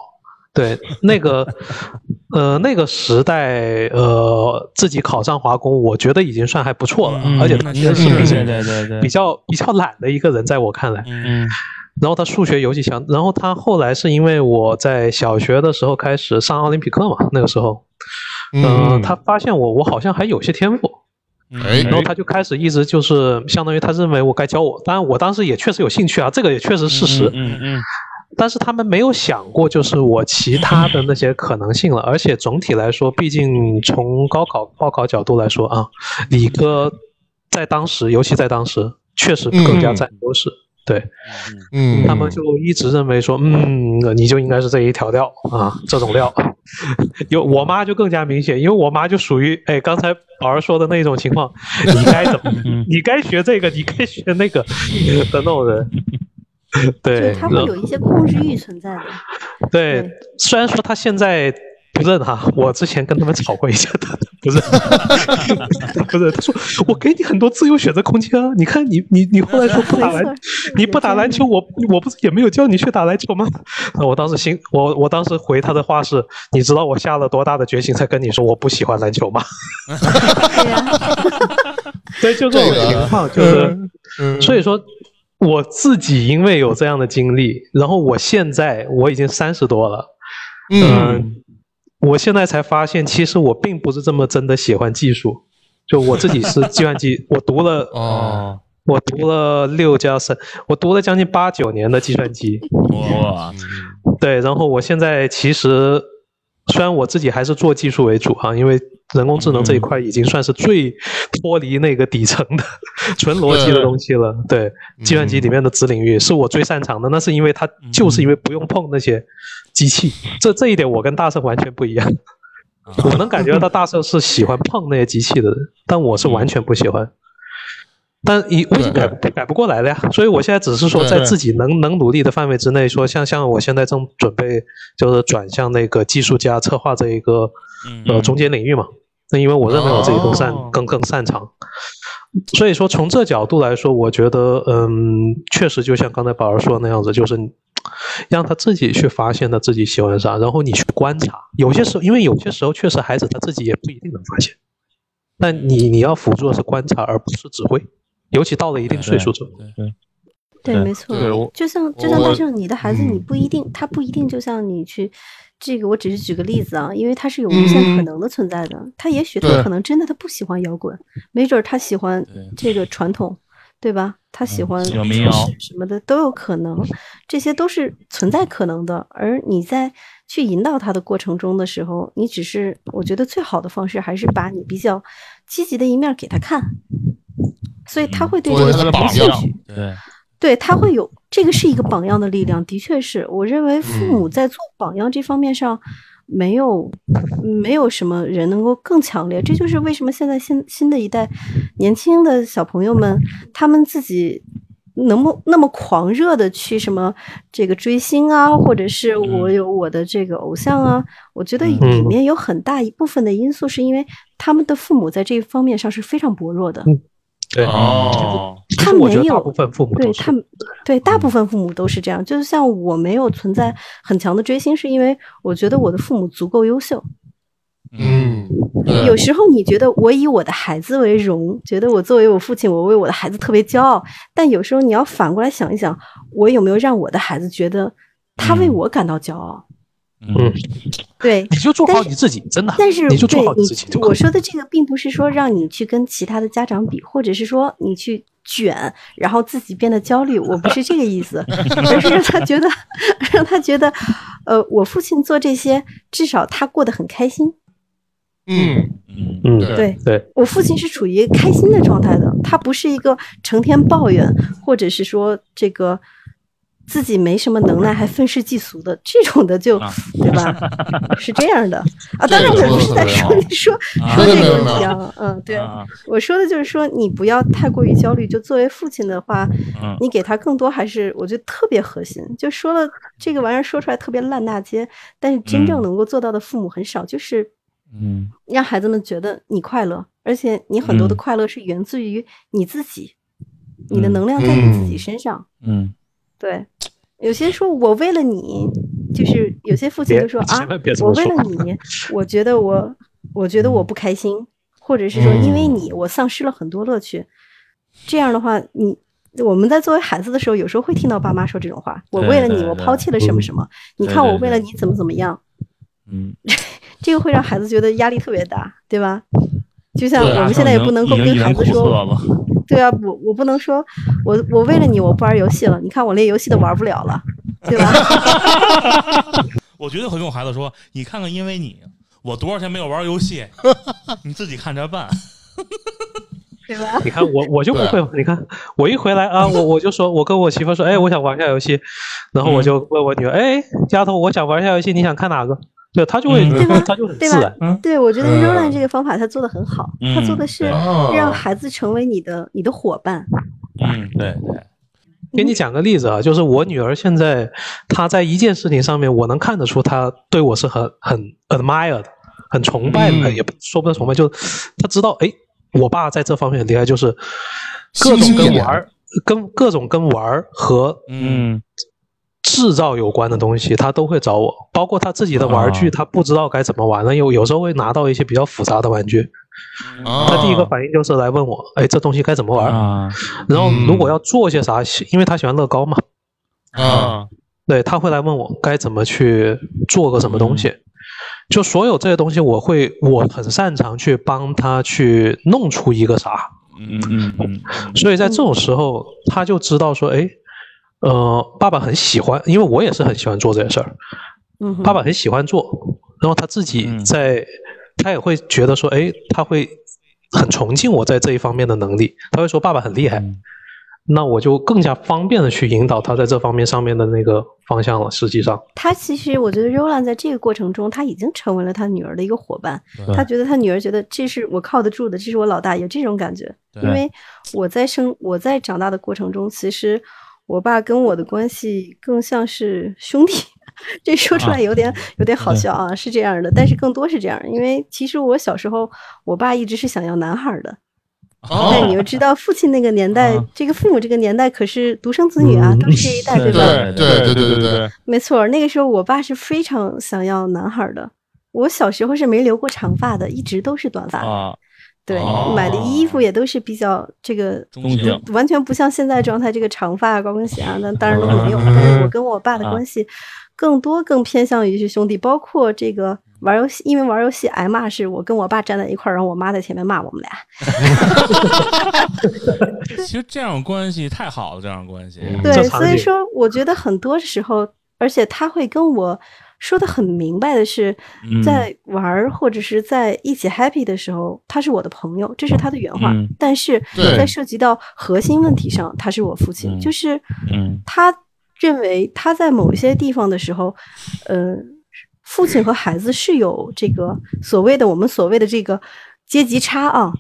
S5: 对，那个， 呃，那个时代，呃，自己考上华工，我觉得已经算还不错了，而且他
S4: 那
S5: 其
S4: 是
S5: 实
S7: 嗯
S4: 对
S5: 是
S4: 对对对对，
S5: 比较比较懒的一个人，在我看来。
S4: 嗯
S5: 然后他数学尤其强，然后他后来是因为我在小学的时候开始上奥林匹克嘛，那个时候，嗯、
S1: 嗯，
S5: 他发现我我好像还有些天赋，
S1: 哎
S5: 然后他就开始一直就是相当于他认为我该教我，当然我当时也确实有兴趣啊，这个也确实事实，
S4: 嗯嗯
S5: 但是他们没有想过，就是我其他的那些可能性了。而且总体来说，毕竟从高考报考角度来说啊，理科在当时，尤其在当时，确实更
S4: 嗯
S5: 加占优势。对
S1: 嗯，
S5: 他们就一直认为说，嗯，你就应该是这一条料啊，这种料。 有我妈就更加明显，因为我妈就属于哎，刚才宝儿说的那种情况，你该怎么，
S6: 嗯
S5: 你该学这个，你该学那个的那种 人。
S6: 就
S5: 对嗯
S6: 是，他嗯
S5: 然
S6: 会
S5: 后
S6: 有一些控制欲存在的。
S5: 对
S6: 对，
S5: 虽然说他现在不认哈，我之前跟他们吵过一架，他不认， 他不认。他说我给你很多自由选择空间啊，你看你你你后来说不打篮
S6: 没错，
S5: 你不打篮球，我我不是也没有教你去打篮球吗？ 那我当时心，我我当时回他的话是，你知道我下了多大的决心才跟你说我不喜欢篮球吗？
S6: 对呀，
S5: 对，就这
S1: 这
S5: 种
S1: 个
S5: 情况，就是。
S1: 嗯
S5: 所以说，我自己因为有这样的经历，然后我现在我已经三十多了，
S1: 嗯
S5: 嗯，我现在才发现，其实我并不是这么真的喜欢技术，就我自己是计算机， 我读了，
S1: 哦，
S5: 我读了六加三，我读了将近八九年的计算机，
S4: 哇
S5: 对，然后我现在其实虽然我自己还是做技术为主啊，因为人工智能这一块已经算是最脱离那个底层的纯逻辑的东西了。对，计算机里面的子领域是我最擅长的，那是因为它就是因为不用碰那些机器，这这一点我跟大圣完全不一样。 我能感觉到大圣是喜欢碰那些机器的人，但我是完全不喜欢。但已我已经改不改不过来了呀，所以我现在只是说
S1: 对
S5: 在
S1: 对
S5: 自己能能努力的范围之内，说像像我现在正准备就是转向那个技术家策划这一个呃中间领域嘛，那因为我认为我自己更擅
S4: 嗯哦
S5: 更更擅长，所以说从这角度来说，我觉得嗯，确实就像刚才宝儿说的那样子，就是你让他自己去发现他自己喜欢啥，然后你去观察，有些时候因为有些时候确实孩子他自己也不一定能发现，但你你要辅助的是观察，而不是指挥。尤其到了一
S4: 哎
S5: 定岁数之后，
S6: 对，
S5: 嗯
S7: 对
S6: 没错。
S1: 对我
S6: 就像就像
S1: 我
S6: 大圣，你的孩子
S1: 嗯
S6: 你不一定，他不一定就像你去，这个我只是举个例子啊，因为他是有无限可
S1: 嗯
S6: 能的存在的。他也许他
S1: 对
S6: 可能真的他不喜欢摇滚，没准儿他喜欢这个传统，对吧？
S1: 嗯
S6: 他喜欢
S7: 喜欢民谣
S6: 爵士什么的都有可能，这些都是存在可能的。而你在去引导他的过程中的时候，你只是我觉得最好的方式还是把你比较积极的一面给他看，所以他会对
S1: 嗯作
S6: 这
S1: 为
S6: 个
S1: 他的
S6: 感
S1: 榜
S6: 兴
S1: 样
S6: 趣。，
S4: 对
S6: 对他会有这个是一个榜样的力量，的确是我认为
S5: 嗯
S6: 父母在做榜样这方面上没有没有什么人能够更强烈，这就是为什么现在新新的一代年轻的小朋友们他们自己。能不那么狂热的去什么这个追星啊，或者是我有我的这个偶像啊，我觉得里
S5: 嗯
S6: 面有很大一部分的因素是因为他们的父母在这一方面上是非常薄弱的。
S4: 嗯
S5: 对，
S4: 哦，
S5: 其
S6: 他
S5: 实我
S6: 没
S5: 觉得大
S6: 有
S5: 部分父母
S6: 对
S5: 都是
S6: 他们，对大部分父母都是这样。就是像我没有存在很强的追星，是因为我觉得我的父母足够优秀。
S1: 嗯，对
S6: 有时候你觉得我以我的孩子为荣，觉得我作为我父亲，我为我的孩子特别骄傲。但有时候你要反过来想一想，我有没有让我的孩子觉得他为我感到骄傲？
S5: 嗯，
S6: 对，
S5: 你就做好
S6: 但是
S5: 你自己，真的，
S6: 但是
S5: 你就做
S6: 对
S5: 好你自己就可
S6: 我
S5: 以。
S6: 说的这个并不是说让你去跟其他的家长比，或者是说你去卷，然后自己变得焦虑。我不是这个 意思，而是让他觉得， 让他觉得，呃，我父亲做这些，至少他过得很开心。
S1: 嗯，
S7: 嗯
S5: 嗯，
S1: 对
S6: 对
S5: 对，
S6: 我父亲是处于开心的状态的，他不是一个成天抱怨，或者是说这个自己没什么能耐还愤世嫉俗的这种的
S4: 啊
S6: 就，对吧？是这 样的啊。当然，
S1: 这个
S6: 我不是
S1: 说得
S6: 在
S1: 特别
S6: 说
S4: 好
S6: 你说
S4: 啊
S6: 说这
S1: 没有没有
S6: 个问
S1: 没
S6: 题
S1: 有
S6: 啊，嗯，对。
S4: 啊
S6: 我说的就是说，你不要太过于焦虑。就作为父亲的话，
S4: 嗯
S6: 你给他更多还是我觉得特别核心。就说了这个玩意儿说出来特别烂大街，但是真正
S4: 嗯
S6: 能够做到的父母很少，就是
S7: 嗯
S6: 让孩子们觉得你快乐，而且你很多的
S4: 嗯
S6: 快乐是源自于你自己，你的
S7: 嗯
S6: 能量在你自己身上。
S7: 嗯
S6: 对，有些说我为了你，就是有些父亲
S5: 别
S6: 就说啊
S5: 千万别，这
S6: 我
S5: 么
S6: 为
S5: 说
S6: 了你，我觉得我，我觉得我不开心，或者是说因为你，我丧失了很多乐趣。这样的话，你我们在作为孩子的时候，有时候会听到爸妈说这种话：我
S4: 对
S6: 为了
S4: 对
S6: 你，我
S4: 对
S6: 抛弃了什么什么，你
S4: 对
S6: 看
S4: 对
S6: 我为
S4: 对
S6: 了你怎么怎么样。
S7: 嗯，
S6: 这个会让孩子觉得压力特别大，对吧？就像
S4: 对啊
S6: 我们现在也不能够
S4: 已
S6: 跟
S4: 经
S6: 孩子
S4: 已经
S6: 说，
S4: 苦涩了，
S6: 对啊，我我不能说，我我为了你我不玩游戏了，你看我连游戏都玩不了了，对吧？
S4: 我绝对会跟我孩子说，你看看，因为你，我多少天没有玩游戏，你自己看着办。
S6: 对吧？
S5: 你看我我就不
S1: 对
S5: 会，你看我一回来啊，我我就说，我跟我媳妇说，哎，我想玩一下游戏，然后我就问我女儿，哎，丫头，我想玩一下游戏，你想看哪个？对，她就会
S4: 嗯
S6: 对吧，
S5: 她就很
S6: 对
S5: 自
S6: 吧
S5: 然。
S6: 对，我觉得 r o l
S1: 嗯
S6: a n 这个方法他做的很好，他做的是
S1: 哦
S6: 让孩子成为你的你的伙伴，
S4: 嗯，对对，
S5: 给你讲个例子啊，就是我女儿现在她在一件事情上面，我能看得出她对我是很很 admire 的，很崇拜的，
S1: 嗯
S5: 也不说不上崇拜，就她知道哎，我爸在这方面很厉害，就是
S1: 心
S5: 各种
S1: 心一
S5: 跟
S1: 连
S5: 玩儿，跟各种跟玩儿和
S4: 嗯
S5: 制造有关的东西，他都会找我，包括他自己的玩具，
S4: 啊
S5: 他不知道该怎么玩了，有有时候会拿到一些比较复杂的玩具，他第一
S1: 哦
S5: 个反应就是来问我，哎，这东西该怎么玩？
S4: 啊
S5: 然后如果要做些啥，因为他喜欢乐高嘛，
S1: 啊，
S5: 对他会来问我该怎么去做个什么东西。
S4: 嗯
S5: 就所有这些东西，我会我很擅长去帮他去弄出一个啥，
S4: 嗯嗯嗯
S5: 所以在这种时候，他就知道说，哎，呃，爸爸很喜欢，因为我也是很喜欢做这些事儿，
S6: 嗯哼，
S5: 爸爸很喜欢做，然后他自己
S4: 嗯
S5: 在，他也会觉得说，哎，他会很崇敬我在这一方面的能力，他会说爸爸很厉害，
S4: 嗯
S5: 那我就更加方便的去引导他在这方面上面的那个方向了。实际上，
S6: 他其实我觉得 Roland 在这个过程中，他已经成为了他女儿的一个伙伴，
S4: 对
S6: 他觉得他女儿觉得这是我靠得住的，这是我老大爷这种感觉。
S4: 对
S6: 因为我在生我在长大的过程中，其实我爸跟我的关系更像是兄弟， 这说出
S4: 啊
S6: 来有点、有点好笑啊，是这样的，但是更多是这样，因为其实我小时候，我爸一直是想要男孩儿的，但你
S1: 哦，
S6: 又知道父亲那个年代，
S4: 啊
S6: 这个父母这个年代可是独生子女啊，
S5: 嗯
S6: 都是这一代
S4: 对
S6: 对吧？
S1: 对对对对
S4: 对，
S6: 没错，那个时候我爸是非常想要男孩儿的。我小时候是没留过长发的，一直都是短发。
S4: 啊，
S6: 对，
S4: 哦
S6: 买的衣服也都是比较这个，
S4: 中性
S6: 完全不像现在状态这个长发、高跟鞋啊，那当然都没有。但是我跟我爸的关系更多更偏向于是兄弟，包括这个玩游戏，因为玩游戏挨骂是我跟我爸站在一块儿，然后我妈在前面骂我们俩。
S4: 其实这样关系太好了，这样关系，
S5: 这
S6: 对，
S5: 场
S6: 所以
S5: 景
S6: 说我觉得很多时候，而且他会跟我说的很明白的是，
S4: 嗯
S6: 在玩儿或者是在一起 happy 的时候，他是我的朋友，这是他的原话。
S4: 嗯
S6: 但是
S1: 对
S6: 在涉及到核心问题上，他是我父亲，就是
S4: 嗯
S6: 他认为他在某一些地方的时候，呃，父亲和孩子是有这个所谓的我们所谓的这个阶级差啊，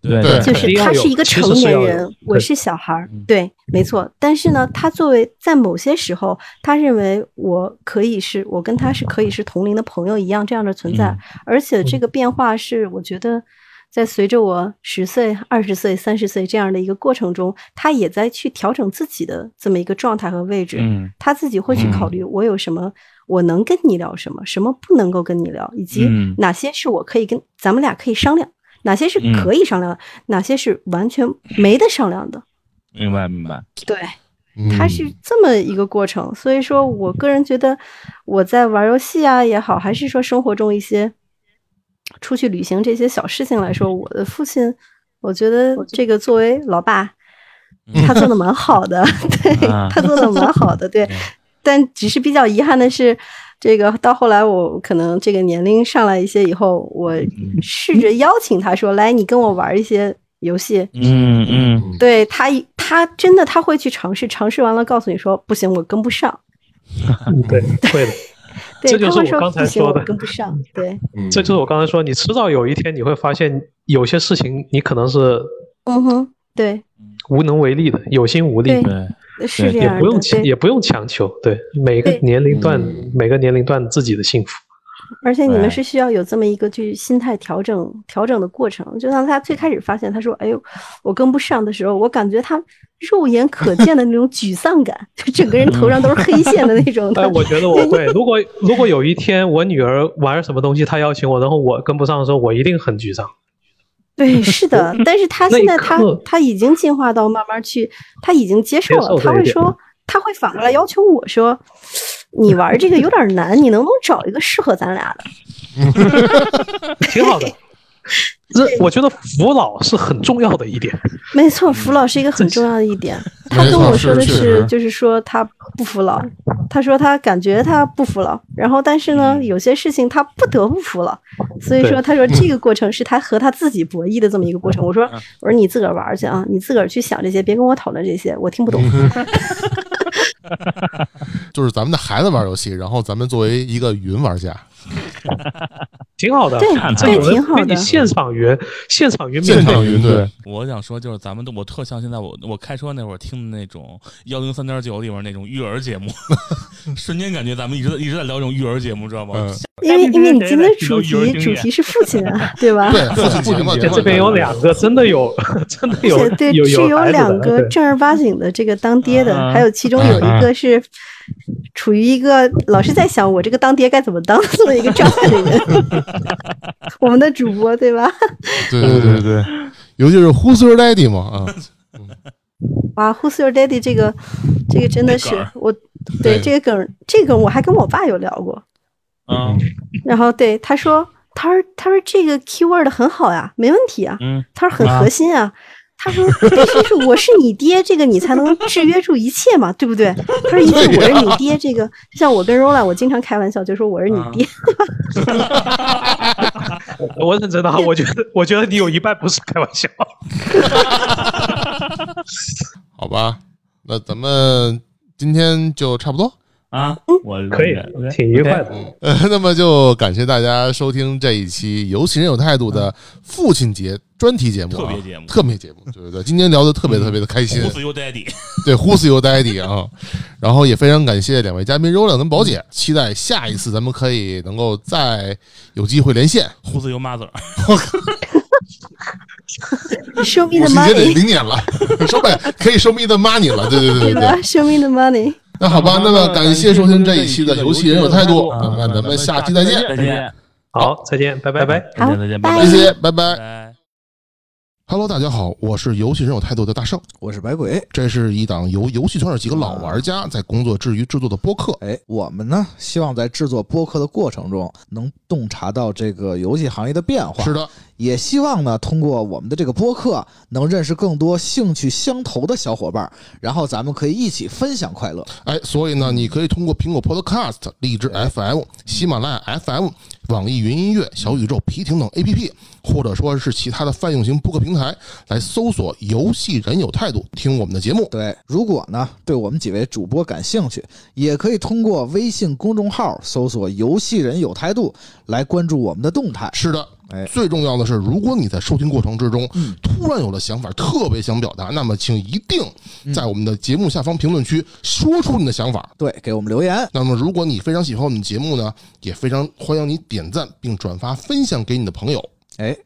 S4: 对
S1: 对
S6: 就
S5: 肯
S6: 是
S5: 定
S6: 他
S5: 要有
S6: 是一个
S5: 其实
S6: 成
S5: 是
S6: 年
S5: 要有
S6: 人
S5: 对，嗯
S6: 我是小孩儿，对，没错。但是呢，他作为在某些时候，他认为我可以是我
S5: 嗯
S6: 跟他是可以是同龄的朋友一样这样的存在，而且这个变化是我觉得在随着我十岁、二十岁、三十岁这样的一个过程中，他也在去调整自己的这么一个状态和位置。
S4: 嗯
S6: 他自己会去考虑我有什么，我能跟你聊什么，什么不能够跟你聊，以及
S4: 嗯
S6: 哪些是我可以跟咱们俩可以商量，哪些是可以商量的，哪些是完全没得商量的。
S7: 明白明白，
S6: 对，
S1: 嗯
S6: 它是这么一个过程。所以说我个人觉得，我在玩游戏啊也好，还是说生活中一些出去旅行这些小事情来说，我的父亲，我觉得这个作为老爸，他做的蛮好的，对
S4: 啊
S6: 他做的蛮好的，对。但只是比较遗憾的是，这个到后来我可能这个年龄上来一些以后，我试着邀请他说：“来，你跟我玩一些游戏。”
S4: 嗯嗯
S6: 对他一，他真的他会去尝试，尝试完了告诉你说不行，我跟不上。
S5: 嗯对，会的。
S6: 对，
S5: 这就
S6: 他
S5: 是
S6: 会
S5: 我刚才
S6: 不行，
S5: 说的嗯
S6: 我跟不上。对，
S1: 嗯
S5: 这就是我刚才说，你迟早有一天你会发现，有些事情你可能是
S6: 嗯哼，对，
S5: 无能为力的，有心无力，
S6: 对
S4: 对，
S6: 是这
S5: 也
S6: 样
S5: 不用
S6: 的。
S5: 强，
S6: 对，
S5: 也不用强求。对，每个
S6: 对
S5: 年龄段
S1: 嗯，
S5: 每个年龄段自己的幸福。
S6: 而且你们
S4: 对
S6: 是需要有这么一个去心态调整、调整的过程。就像他最开始发现，他说：“哎呦，我跟不上的时候，我感觉他肉眼可见的那种沮丧感，就整个人头上都是黑线的那种。”
S5: 哎，我觉 得我会。如果如果有一天我女儿玩什么东西，她邀请我，然后我跟不上的时候，我一定很沮丧。
S6: 对，是的，但是他
S5: 那
S6: 现
S5: 一
S6: 在他
S5: 刻
S6: 他已经进化到慢慢去，他已经接受
S5: 接
S6: 了，
S5: 受
S6: 他
S5: 这一
S6: 会
S5: 点
S6: 说，他会反过来要求我说，你玩这个有点难，你能不能找一个适合咱俩的？
S5: 挺 好的。这我觉得扶老是很重要的一点，
S6: 没
S5: 嗯
S6: 错，服老是一个很重要的一点。他
S1: 没
S6: 跟
S1: 错
S6: 我说的
S1: 是确
S6: 是
S1: 实，
S6: 就是说他不服老，他说他感觉他不服老，然后但是呢，有些事情他不得不服老，所以
S5: 嗯
S6: 说
S5: 对嗯
S6: 他说这个过程是他和他自己博弈的这么一个过程。我说我说你自个儿玩儿去啊，你自个儿去想这些，别跟我讨论这些，我听不 懂。
S1: 就是咱们的孩子玩游戏，然后咱们作为一个云玩家，
S5: 挺好的。
S6: 对
S7: 看
S5: 这
S7: 看
S5: 有人
S6: 对，挺好
S5: 给你
S6: 的。
S5: 现场云，现场云免
S1: 现
S5: 费
S1: 场云对，
S4: 我想说就是咱们都我特像现在我我开车那会儿听的那种幺零三点九里面那种育儿节目， 瞬间感觉咱们一直在一直在聊这种育儿节目，知道吗？
S1: 嗯，
S6: 因为因为你今天的主
S7: 育儿
S6: 题
S7: 经
S6: 主
S7: 验
S6: 题是父亲啊，对吧？
S1: 对， 父亲节嘛，
S5: 哎这边有两个真的有， 真的
S6: 而
S5: 有
S6: 且对，
S5: 有
S6: 是有
S5: 孩子的
S6: 两个
S5: 对
S6: 正儿八经的这个当爹的，
S7: 嗯
S6: 还有其中有一个是处于一个老是在想我这个当爹该怎么当这么一个状态的 人。我们的主播对吧？
S1: 对对对，
S7: 对，
S1: 尤其是 Who's Your Daddy 嘛，啊，
S6: 哇，Who's Your Daddy 这个这个真的是
S4: 这梗儿
S6: 我对
S1: 对
S6: 这个梗儿，这个我还跟我爸有聊 过，
S4: 嗯
S6: 然后对他说，他说他说这个 keyword 很好呀，没问题啊，
S4: 嗯，
S6: 他说很
S4: 啊
S6: 核心啊。他说：“但是是我是你爹，这个你才能制约住一切嘛，对不对？”他说：“因为我是你爹，这个就像我跟 Rola，我经常开玩笑就说我是你
S1: 啊
S6: 爹，
S5: 我认真的啊，我觉得我觉得你有一半不是开玩笑。
S1: 好吧，那咱们今天就差不多。
S7: 啊，我
S5: 可以的，挺愉快的。
S1: 呃，那么就感谢大家收听这一期《有情人有态度》的父亲节专题节目、啊，
S4: 特别节目
S1: 特别节目，对对对，今天聊的特别特别的开心，啊
S4: Who's your daddy？
S1: 对，Who's Your Daddy 啊，然后也非常感谢两位嘉宾 Roland 跟宝姐，期待下一次咱们可以能够再有机会连线，
S4: Who's your mother？
S6: show me
S1: 我已
S6: the
S1: 经得
S6: money，
S1: 零年了，收买可以收 me the money 了，对对对对
S6: 对
S1: 对
S6: 吧。？show me the money。
S1: 那好吧，那么感谢收听这一期的《游戏人有态度》，
S4: 嗯
S1: 啊那么咱们下期再见，
S7: 再见，
S5: 好，再见，拜拜拜。
S4: 再见再见，拜
S6: 好
S4: 拜
S1: 谢谢，拜
S4: 拜。
S1: 拜
S4: 拜。
S1: Hello，大家好，我是《游戏人有态度》的大圣。
S3: 我是白鬼。
S1: 这是一档由游戏圈的几个老玩家在工作之余制作的播客。
S3: 哎，我们呢，希望在制作播客的过程中，能洞察到这个游戏行业的变化。
S1: 是的，
S3: 也希望呢，通过我们的这个播客，能认识更多兴趣相投的小伙伴儿，然后咱们可以一起分享快乐。
S1: 哎，所以呢，
S3: 嗯
S1: 你可以通过苹果 Podcast、荔枝 FM、喜马拉雅 FM、网易云音乐、小宇
S3: 嗯
S1: 宙、皮艇等 APP，或者说是其他的泛用型播客平台，来搜索“游戏人有态度”，听我们的节目。
S3: 对，如果呢对我们几位主播感兴趣，也可以通过微信公众号搜索“游戏人有态度”来关注我们的动态。
S1: 是的
S3: 哎，
S1: 最重要的是，如果你在收听过程之中
S3: 嗯
S1: 突然有了想法，特别想表达，那么请一定
S3: 嗯
S1: 在我们的节目下方评论区说出你的想法。
S3: 对，给我们留言。
S1: 那么，如果你非常喜欢我们的节目呢，也非常欢迎你点赞并转发分享给你的朋友。
S3: 哎，